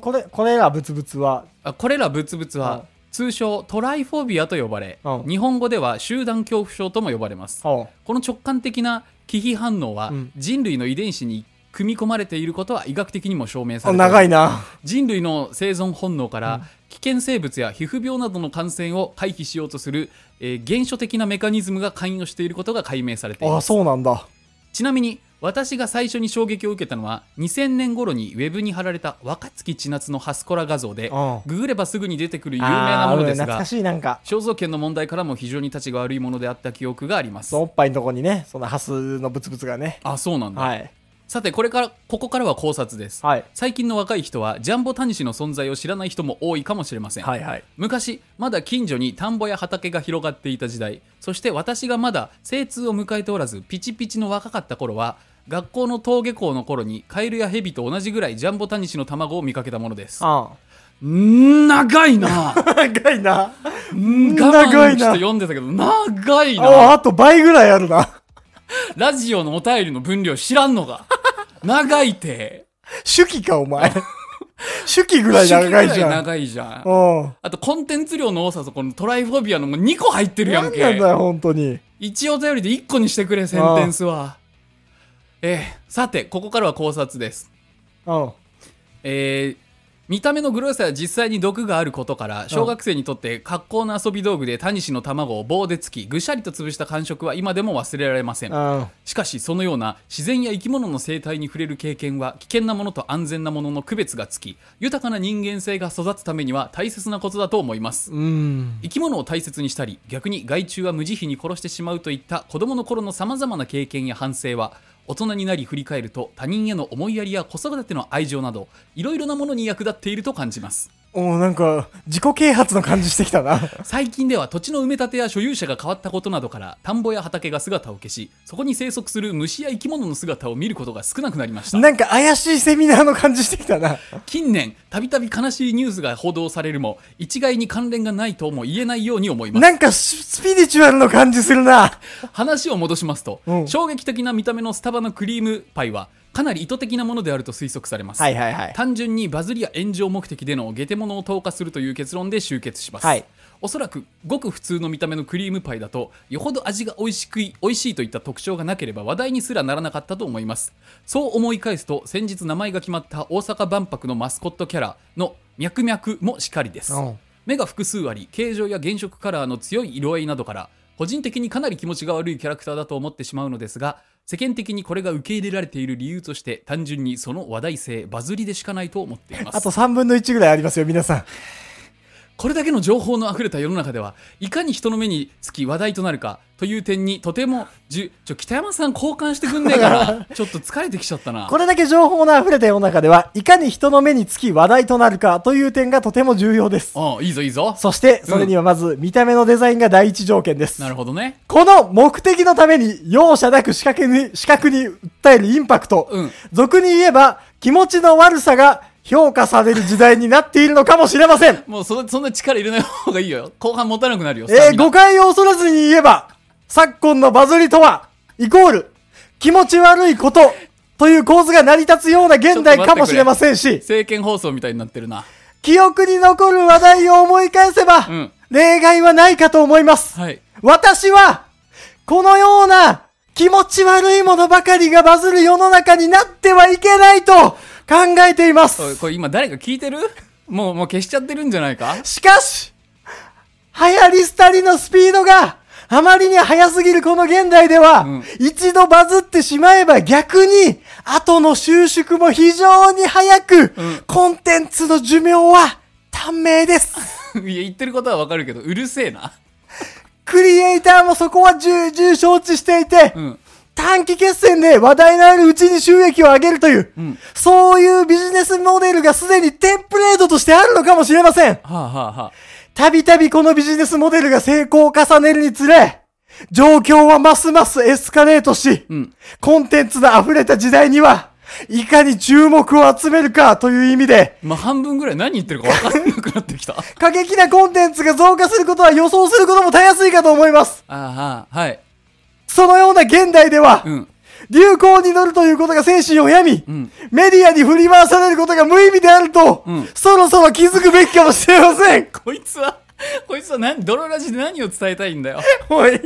Speaker 2: これ、これらブツブツは、
Speaker 1: あこれら物々
Speaker 2: うん
Speaker 1: は通称トライフォビアと呼ばれ
Speaker 2: うん
Speaker 1: 日本語では集団恐怖症とも呼ばれます
Speaker 2: ほ
Speaker 1: この直感的な忌避反応は
Speaker 2: うん
Speaker 1: 人類の遺伝子に組み込まれていることは医学的にも証明さ
Speaker 2: う。
Speaker 1: れている
Speaker 2: 長いな。
Speaker 1: 人類の生存本能から危険生物や皮膚病などの感染を回避しようとする、えー原初的なメカニズムが関与していることが解明されてい
Speaker 2: あ
Speaker 1: ま
Speaker 2: あ、
Speaker 1: す
Speaker 2: そうなんだ。
Speaker 1: ちなみに私が最初に衝撃を受けたのは2000年頃にウェブに貼られた若月千夏のハスコラ画像で
Speaker 2: うん
Speaker 1: ググればすぐに出てくる有名な
Speaker 2: ああ
Speaker 1: もの
Speaker 2: うん
Speaker 1: です
Speaker 2: 懐
Speaker 1: が
Speaker 2: かしいなんか。
Speaker 1: 肖像権の問題からも非常に立ちが悪いものであった記憶があります
Speaker 2: そのおっぱいのとこにね、そのハスのブツブツがね。
Speaker 1: あそうなんだ、
Speaker 2: はい。
Speaker 1: さてこれからここからは考察です、
Speaker 2: はい。
Speaker 1: 最近の若い人はジャンボタニシの存在を知らない人も多いかもしれません、
Speaker 2: はいはい。
Speaker 1: 昔まだ近所に田んぼや畑が広がっていた時代そして私がまだ精通を迎えておらずピチピチの若かった頃は学校の登下校の頃にカエルやヘビと同じぐらいジャンボタニシの卵を見かけたものです
Speaker 2: あ
Speaker 1: ん長いな
Speaker 2: あ。長いな。
Speaker 1: うん我
Speaker 2: 長
Speaker 1: 慢
Speaker 2: い
Speaker 1: して
Speaker 2: な
Speaker 1: 読んでたけど長い
Speaker 2: あ
Speaker 1: な
Speaker 2: あ、あと倍ぐらいあるな。
Speaker 1: ラジオのお便りの分量知らんのが長いて
Speaker 2: 手記か、お前。 手記ぐらい
Speaker 1: 一緒ぐら
Speaker 2: 長い
Speaker 1: い
Speaker 2: じゃん。
Speaker 1: 長いじゃん
Speaker 2: うん。
Speaker 1: あとコンテンツ量の多さとこのトライフォビアのもう2個入ってるやん
Speaker 2: 何
Speaker 1: け
Speaker 2: なんだよ、本当に。
Speaker 1: 一応頼りで1個にしてくれセンテンスはえーさてここからは考察です
Speaker 2: うん。
Speaker 1: えー見た目のグロさや実際に毒があることから小学生にとって格好の遊び道具でタニシの卵を棒で突きぐしゃりと潰した感触は今でも忘れられません
Speaker 2: うん。
Speaker 1: しかしそのような自然や生き物の生態に触れる経験は危険なものと安全なものの区別がつき豊かな人間性が育つためには大切なことだと思います
Speaker 2: うん。
Speaker 1: 生き物を大切にしたり逆に害虫は無慈悲に殺してしまうといった子供の頃のさまざまな経験や反省は大人になり振り返ると他人への思いやりや子育ての愛情などいろいろなものに役立っていると感じます
Speaker 2: おうなんか、自己啓発の感じしてきたな。
Speaker 1: 最近では土地の埋め立てや所有者が変わったことなどから田んぼや畑が姿を消しそこに生息する虫や生き物の姿を見ることが少なくなりました
Speaker 2: なんか怪しいセミナーの感じしてきたな。
Speaker 1: 近年たびたび悲しいニュースが報道されるも一概に関連がないとも言えないように思います
Speaker 2: なんかススピリチュアルの感じするな。
Speaker 1: 話を戻しますと、
Speaker 2: うん
Speaker 1: 衝撃的な見た目のスタバのクリームパイはかなり意図的なものであると推測されます、
Speaker 2: はいはいはい。
Speaker 1: 単純にバズりや炎上目的でのゲテモノを投下するという結論で終結します、
Speaker 2: はい
Speaker 1: おそらくごく普通の見た目のクリームパイだとよほど味が美味しくい美味しいといった特徴がなければ話題にすらならなかったと思いますそう思い返すと先日名前が決まった大阪万博のマスコットキャラのミャクミャクもしかりです、
Speaker 2: うん
Speaker 1: 目が複数あり形状や原色カラーの強い色合いなどから個人的にかなり気持ちが悪いキャラクターだと思ってしまうのですが世間的にこれが受け入れられている理由として単純にその話題性バズりでしかないと思っています
Speaker 2: あと3分の1ぐらいありますよ、皆さん。
Speaker 1: これだけの情報の溢れた世の中ではいかに人の目につき話題となるかという点にとてもじゅちょ北山さん交換してくんねえから ちょっと疲れてきちゃったな
Speaker 2: これだけ情報の溢れた世の中では、いかに人の目につき話題となるかという点がとても重要です。
Speaker 1: ああいいぞいいぞ
Speaker 2: そして、それにはまず、見た目のデザインが第一条件です。
Speaker 1: なるほどね
Speaker 2: この目的のために容赦なく視覚に、視覚に訴えるインパクト。
Speaker 1: うん
Speaker 2: 俗に言えば、気持ちの悪さが評価される時代になっているのかもしれ ません。
Speaker 1: もうそそんな力入れない方がいいよ後半持たなくなるよス
Speaker 2: え
Speaker 1: タミ
Speaker 2: ー
Speaker 1: ナ
Speaker 2: 誤解を恐れずに言えば、昨今のバズりとは、イコール、気持ち悪いこと、という構図が成り立つような現代かもしれませんし、
Speaker 1: 政見放送みたいになってるな
Speaker 2: 記憶に残る話題を思い返せば、
Speaker 1: うん
Speaker 2: 例外はないかと思います。
Speaker 1: はい
Speaker 2: 私は、このような気持ち悪いものばかりがバズる世の中になってはいけないと考えてい
Speaker 1: お
Speaker 2: ま
Speaker 1: い
Speaker 2: す。
Speaker 1: これ今誰か聞いてる もうもう消しちゃってるんじゃないか
Speaker 2: しかし、流行り廃りのスピードがあまりに速すぎるこの現代では、
Speaker 1: うん
Speaker 2: 一度バズってしまえば逆に、後の収縮も非常に早く、
Speaker 1: うん
Speaker 2: コンテンツの寿命は短命です。
Speaker 1: いや言ってることはわかるけどうるせえな
Speaker 2: クリエイターもそこは重々承知していて、
Speaker 1: うん
Speaker 2: 短期決戦で話題のあるうちに収益を上げるという、
Speaker 1: ん
Speaker 2: そういうビジネスモデルがすでにテンプレートとしてあるのかもしれません。
Speaker 1: はあはあはあ
Speaker 2: たびたびこのビジネスモデルが成功を重ねるにつれ、状況はますますエスカレートし、
Speaker 1: ん
Speaker 2: コンテンツの溢れた時代には、いかに注目を集めるかという意味で、
Speaker 1: まあ半分ぐらい何言ってるかわかんなくなってきた あ
Speaker 2: 過激なコンテンツが増加することは予想することもたやすいかと思います。
Speaker 1: あはあはい
Speaker 2: そのような現代では、
Speaker 1: うん
Speaker 2: 流行に乗るということが精神を病み、
Speaker 1: ん
Speaker 2: メディアに振り回されることが無意味であると、
Speaker 1: うん
Speaker 2: そろそろ気づくべきかもしれません。
Speaker 1: こいつはこいつは何泥ラジで何を伝えたいんだよ
Speaker 2: おい、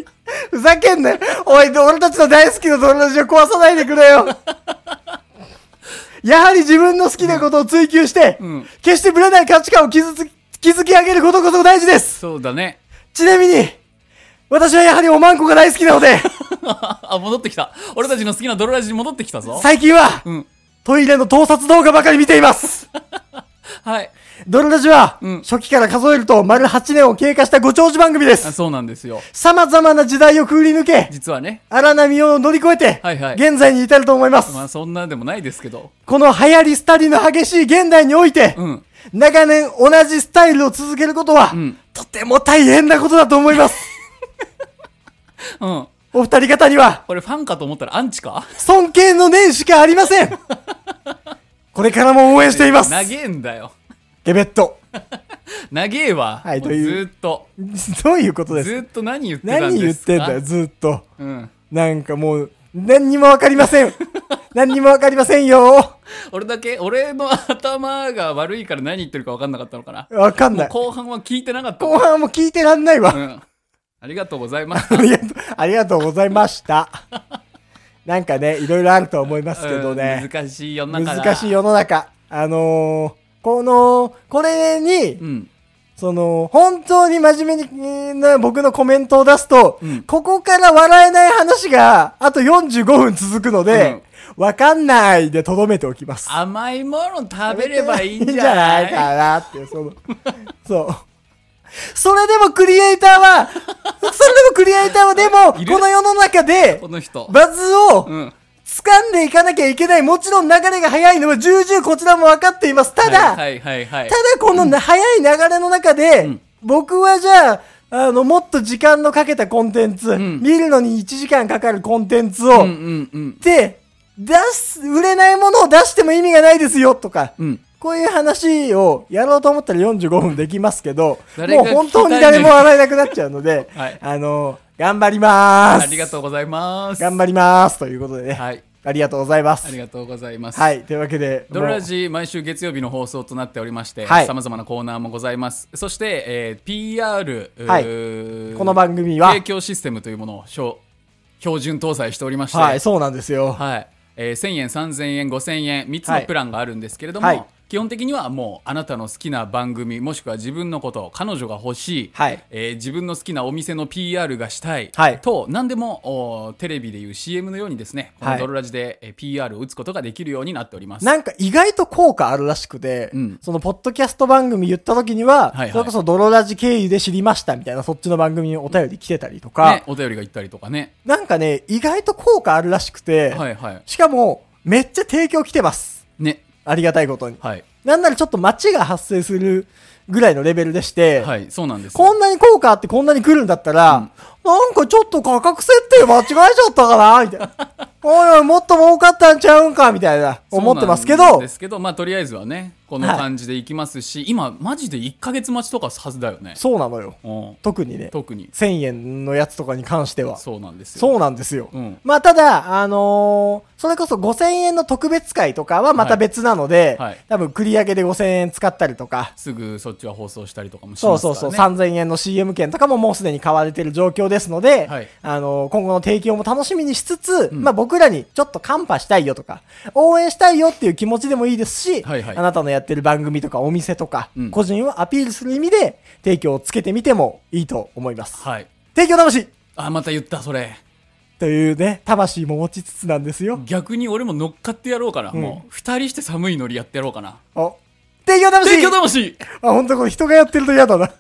Speaker 2: ふざけんなよ。おい、俺たちの大好きな友達を壊さないでくれ よ。やはり自分の好きなことを追求して、
Speaker 1: うん
Speaker 2: 決してぶれない価値観を築つ築き上げることこそ大事です。
Speaker 1: そうだね
Speaker 2: ちなみに、私はやはりおまんこが大好きな ので、
Speaker 1: あ戻ってきた俺たちの好きな泥ラジに戻ってきたぞ
Speaker 2: 最近は、
Speaker 1: うん
Speaker 2: トイレの盗撮動画ばかり見ています。
Speaker 1: はい
Speaker 2: ドルラジは、
Speaker 1: うん
Speaker 2: 初期から数えると丸8年を経過したご長寿番組で
Speaker 1: あ
Speaker 2: す。
Speaker 1: そうなんですよ
Speaker 2: 様々な時代をくぐり抜け、
Speaker 1: 実はね
Speaker 2: 荒波を乗り越えて、
Speaker 1: はいはい
Speaker 2: 現在に至ると思います。
Speaker 1: まあそんなでもないですけど
Speaker 2: この流行り廃りの激しい現代において、
Speaker 1: うん
Speaker 2: 長年同じスタイルを続けることは、
Speaker 1: うん
Speaker 2: とても大変なことだと思 います。
Speaker 1: うん
Speaker 2: お二人方には、
Speaker 1: これファンかと思ったらアンチか
Speaker 2: 尊敬の念しかありません。これからも応援して います。
Speaker 1: 長えんだよ
Speaker 2: ゲベット。
Speaker 1: 長えわ、
Speaker 2: はい
Speaker 1: も
Speaker 2: とい
Speaker 1: ず
Speaker 2: う
Speaker 1: ーっと
Speaker 2: どういうことです
Speaker 1: ずーっと何言ってたん
Speaker 2: 何言
Speaker 1: で
Speaker 2: っ
Speaker 1: すか
Speaker 2: てんだよ、ずーっと。
Speaker 1: うん、
Speaker 2: なんかもう、何にもわかりません。何にもわかりませんよ。
Speaker 1: 俺だけ俺の頭が悪いから何言ってるか分かんなかったのかな
Speaker 2: わかん
Speaker 1: も
Speaker 2: な
Speaker 1: う
Speaker 2: い。
Speaker 1: 後半は聞いてなかった
Speaker 2: 後半も聞いてらんないわ。
Speaker 1: うん、ありがとうございます
Speaker 2: ありがとう、ありがとうございました。なんかね、いろいろあると思いますけど
Speaker 1: うん
Speaker 2: ね。
Speaker 1: 難しい世の中だ
Speaker 2: 難しい世の中。あのー、この、これに、
Speaker 1: うん
Speaker 2: その、本当に真面目にえーな僕のコメントを出すと、
Speaker 1: うん
Speaker 2: ここから笑えない話が、あと45分続くので、わ、かんないでとどめておきます。
Speaker 1: 甘いもの食べればいいんじゃ
Speaker 2: いいんじ
Speaker 1: ない
Speaker 2: かなっていう、そ の、そう。それでもクリエイターは、それでもクリエイターはでも、
Speaker 1: いる
Speaker 2: この世の中で
Speaker 1: こ、の人
Speaker 2: バズ
Speaker 1: う
Speaker 2: を
Speaker 1: ん
Speaker 2: 掴んでいかなきゃいけない、もちろん流れが早いのは重々こちらも分かっています。ただ、
Speaker 1: はいはいはいはい
Speaker 2: ただこのな早い流れの中で、
Speaker 1: ん
Speaker 2: 僕はじゃあ、あの、もっと時間のかけたコンテンツ、
Speaker 1: ん
Speaker 2: 見るのに1時間かかるコンテンツを、
Speaker 1: うんうんうん
Speaker 2: で、出す、売れないものを出しても意味がないですよ、とか、
Speaker 1: うん
Speaker 2: こういう話をやろうと思ったら45分できますけど、
Speaker 1: 誰が
Speaker 2: もう本当に誰も笑えなくなっちゃうので、
Speaker 1: はい
Speaker 2: あの、頑張りまーす。
Speaker 1: ありがとうございます
Speaker 2: 頑張りまーす。ということでね、
Speaker 1: はい
Speaker 2: ありがとうございま
Speaker 1: あ
Speaker 2: す
Speaker 1: り。がとうございます
Speaker 2: はい、というわけで、
Speaker 1: ドロラ
Speaker 2: も
Speaker 1: ジ毎週月曜日の放送となっておりまして
Speaker 2: はい
Speaker 1: さまざまなコーナーもございますそして、えー PR、
Speaker 2: はいう
Speaker 1: ー
Speaker 2: うこの番組は
Speaker 1: 提、供システムというものをしょ標準搭載しておりまして、
Speaker 2: はい、そうなんですよ。
Speaker 1: はいえー1000円3000円5000円3つの
Speaker 2: はい
Speaker 1: プランがあるんですけれども、
Speaker 2: はい
Speaker 1: 基本的にはもうあなたの好きな番組もしくは自分のこと彼女が欲しい、
Speaker 2: はい
Speaker 1: えー自分の好きなお店の PR がしたい、
Speaker 2: はい
Speaker 1: と何でもおテレビでいう CM のようにですねこ
Speaker 2: は
Speaker 1: の
Speaker 2: い
Speaker 1: ドロラジでえー PR を打つことができるようになっております。
Speaker 2: なんか意外と効果あるらしくて、
Speaker 1: うん
Speaker 2: そのポッドキャスト番組言った時に
Speaker 1: は
Speaker 2: は、
Speaker 1: いはい
Speaker 2: それこそ泥ラジ経由で知りましたみたいなそっちの番組にお便り来てたりとか、
Speaker 1: ね、お便りが行ったりとかね。
Speaker 2: なんかね、意外と効果あるらしくて、
Speaker 1: はいはい。
Speaker 2: しかもめっちゃ提供来てます。
Speaker 1: ね。
Speaker 2: ありがたいことに。
Speaker 1: はい。
Speaker 2: なんならちょっと街が発生するぐらいのレベルでして、
Speaker 1: はい、そうなんですよ。
Speaker 2: こんなに効果あってこんなに来るんだったら、なんかちょっと価格設定間違えちゃったかなみたい な。おいおい、もっと儲かったんちゃうんかみたいな、思ってますけ
Speaker 1: そうなん
Speaker 2: ど
Speaker 1: で、すけど、まあ、とりあえずはね、この感じでいきますし、今、マジで1ヶ月待ちとかはずだよね。
Speaker 2: そうなのよ。
Speaker 1: うん
Speaker 2: 特にね、
Speaker 1: 特に。
Speaker 2: 1000円のやつとかに関しては。
Speaker 1: そうなんですよ。
Speaker 2: そうなんですよ。
Speaker 1: うん
Speaker 2: まあ、ただ、あのーそれこそ5000円の特別会とかはまた別なので、
Speaker 1: はいはい
Speaker 2: 多分繰り上げで5000円使ったりとか、
Speaker 1: すぐそっちは放送したりとかもし
Speaker 2: そう
Speaker 1: ますか
Speaker 2: そ
Speaker 1: ら、
Speaker 2: う
Speaker 1: ね。
Speaker 2: そう、3000円の CM 券とかももうすでに買われてる状況ですので、
Speaker 1: はい
Speaker 2: あのー今後の提供も楽しみにしつつ、
Speaker 1: うん
Speaker 2: まあ、僕らにちょっとカンパしたいよとか、応援したいよっていう気持ちでもいいですし、
Speaker 1: はいはい
Speaker 2: あなたのやってる番組とかお店とか、
Speaker 1: うん
Speaker 2: 個人をアピールする意味で提供をつけてみてもいいと思います。
Speaker 1: はい。
Speaker 2: 提供魂
Speaker 1: あ、また言った、それ。
Speaker 2: というね、魂も持ちつつなんですよ。
Speaker 1: 逆に俺も乗っかってやろうかな。もう、二人して寒いノリやってやろうかな。
Speaker 2: お、提供魂
Speaker 1: 提供魂
Speaker 2: あ、ほんとこれ人がやってると嫌だな。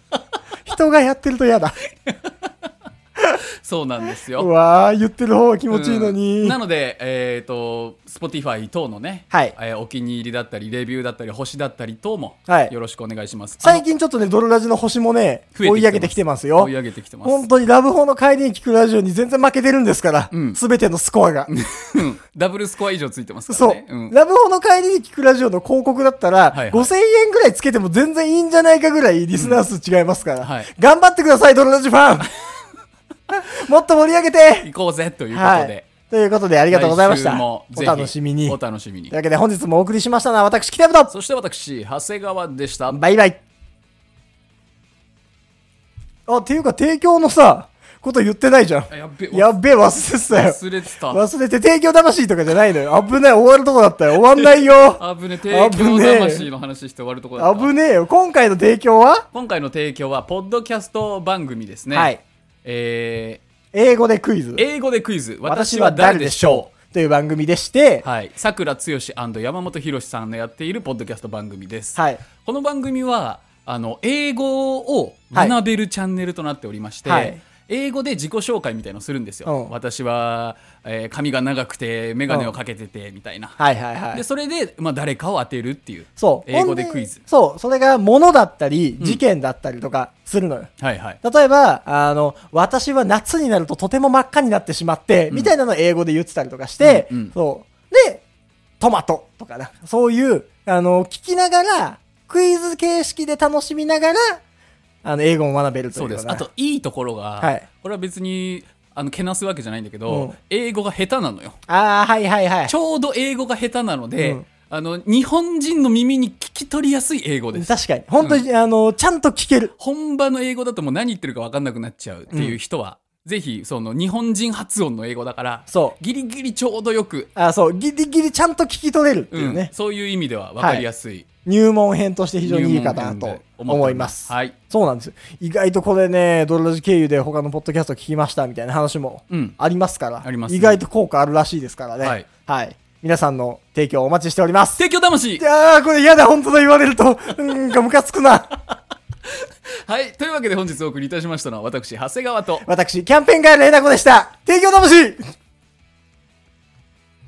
Speaker 2: 人がやってると嫌だ。
Speaker 1: そうなんです
Speaker 2: う
Speaker 1: よ。
Speaker 2: わー、言ってる方が気持ちいいの
Speaker 1: うん
Speaker 2: に。
Speaker 1: なので、えっ、と、Spotify 等のね、
Speaker 2: はい
Speaker 1: えーお気に入りだったり、レビューだったり、星だったり等も、
Speaker 2: はい
Speaker 1: よろしくお願いします。
Speaker 2: 最近ちょっとね、ドロラジの星もね、
Speaker 1: 増えてきてます
Speaker 2: 追い上げてきてます
Speaker 1: あの
Speaker 2: よ
Speaker 1: 追い。上げてきてます。
Speaker 2: 本当にラブホの帰りに聞くラジオに全然負けてるんですから
Speaker 1: うん、
Speaker 2: すべ、てのスコ アが。
Speaker 1: うんダブルスコア以上ついてますか
Speaker 2: そ
Speaker 1: ら
Speaker 2: う
Speaker 1: ね。、ん
Speaker 2: ラブホの帰りに聞くラジオの広告だったら、
Speaker 1: はいはい
Speaker 2: 5000円ぐらいつけても全然いいんじゃないかぐらいリスナー数違いますから、
Speaker 1: はい
Speaker 2: 頑張ってください、ドロラジファンもっと盛り上げて
Speaker 1: 行こうぜということで。
Speaker 2: はい。ということで、ありがとうございまし
Speaker 1: 来
Speaker 2: た。
Speaker 1: 週も
Speaker 2: お
Speaker 1: ぜひ
Speaker 2: 楽しみに。
Speaker 1: お
Speaker 2: とい
Speaker 1: 楽しみに
Speaker 2: う。わけで、本日もお送りしましたのは、私、北山と、
Speaker 1: そして私、長谷川でした。
Speaker 2: バイバイ。あ、っていうか、提供のさ、こと言ってないじゃん
Speaker 1: あ。やっべ、
Speaker 2: やっべえ、忘れてたよ。
Speaker 1: 忘れてた。
Speaker 2: 忘れて、提供魂とかじゃないのよ。危ない、終わるとこだったよ。終わんないよ。
Speaker 1: あぶね、提供魂の話して終わるところだった
Speaker 2: 危ねえよ。今回の提供は、
Speaker 1: 今回の提供は、ポッドキャスト番組ですね。
Speaker 2: はい。
Speaker 1: え
Speaker 2: 英語でクイズ
Speaker 1: ー、。英語でクイズ、私は誰でしょ
Speaker 2: うという番組でして
Speaker 1: う、はい。さくらつよし山本博さんのやっているポッドキャスト番組です。
Speaker 2: はい。
Speaker 1: この番組はあの英語を学べるチャンネルとなっておりまして、
Speaker 2: はい
Speaker 1: 英語で自己紹介みたいのするんですよ、
Speaker 2: うん
Speaker 1: 私は、えー髪が長くて眼鏡をかけててみたいな、
Speaker 2: はいはいはい
Speaker 1: で。それで、まあ、誰かを当てるっていう
Speaker 2: そう。
Speaker 1: 英語でクイズ
Speaker 2: ほんそう。それが物だったり、事件だったりとかするのよ。
Speaker 1: はいはい
Speaker 2: 例えば、あの、私は夏になるととても真っ赤になってしまって、みたいなのを英語で言ってたりとかして、
Speaker 1: うんうん
Speaker 2: そう。で、トマトとかな。そういう、あの、聞きながら、クイズ形式で楽しみながら、あの、英語を学べるとい
Speaker 1: そう
Speaker 2: うよ
Speaker 1: で
Speaker 2: う
Speaker 1: す
Speaker 2: な
Speaker 1: あといいところが、
Speaker 2: はい
Speaker 1: これは別にあのけなすわけじゃないんだけど、
Speaker 2: うん
Speaker 1: 英語が下手なのよ
Speaker 2: ああ、はいはいはい
Speaker 1: ち。ょうど英語が下手なので、
Speaker 2: うん
Speaker 1: あの日本人の耳に聞き取りやすい英語です
Speaker 2: 確かに。本当に、あの、ちゃんと聞ける。
Speaker 1: 本場の英語だともう何言ってるか分かんなくなっちゃうっていう人は、ぜひその日本人発音の英語だから
Speaker 2: そう。
Speaker 1: ギリギリちょうどよく、
Speaker 2: あそう、ギリギリちゃんと聞き取れるっていううんね、
Speaker 1: そういう意味では分かりやすい
Speaker 2: 入門編として非常にいいか
Speaker 1: 入
Speaker 2: な
Speaker 1: 門編
Speaker 2: と
Speaker 1: で
Speaker 2: 思います。
Speaker 1: はい、
Speaker 2: そうなんですよ。意外とこれね、ドロラジ経由で他のポッドキャスト聞きましたみたいな話も
Speaker 1: うん
Speaker 2: ありますから、
Speaker 1: ありますね
Speaker 2: 意外と効果あるらしいですからね。
Speaker 1: はい。
Speaker 2: 皆さんの提供お待ちしております。
Speaker 1: 提供魂
Speaker 2: いやー、これ嫌だ、本当だ言われると、うーんがムカつくな。
Speaker 1: はいというわけで本日お送りいたしましたのは私長谷川と
Speaker 2: 私、キャンペーンガイルえなこでした。提供魂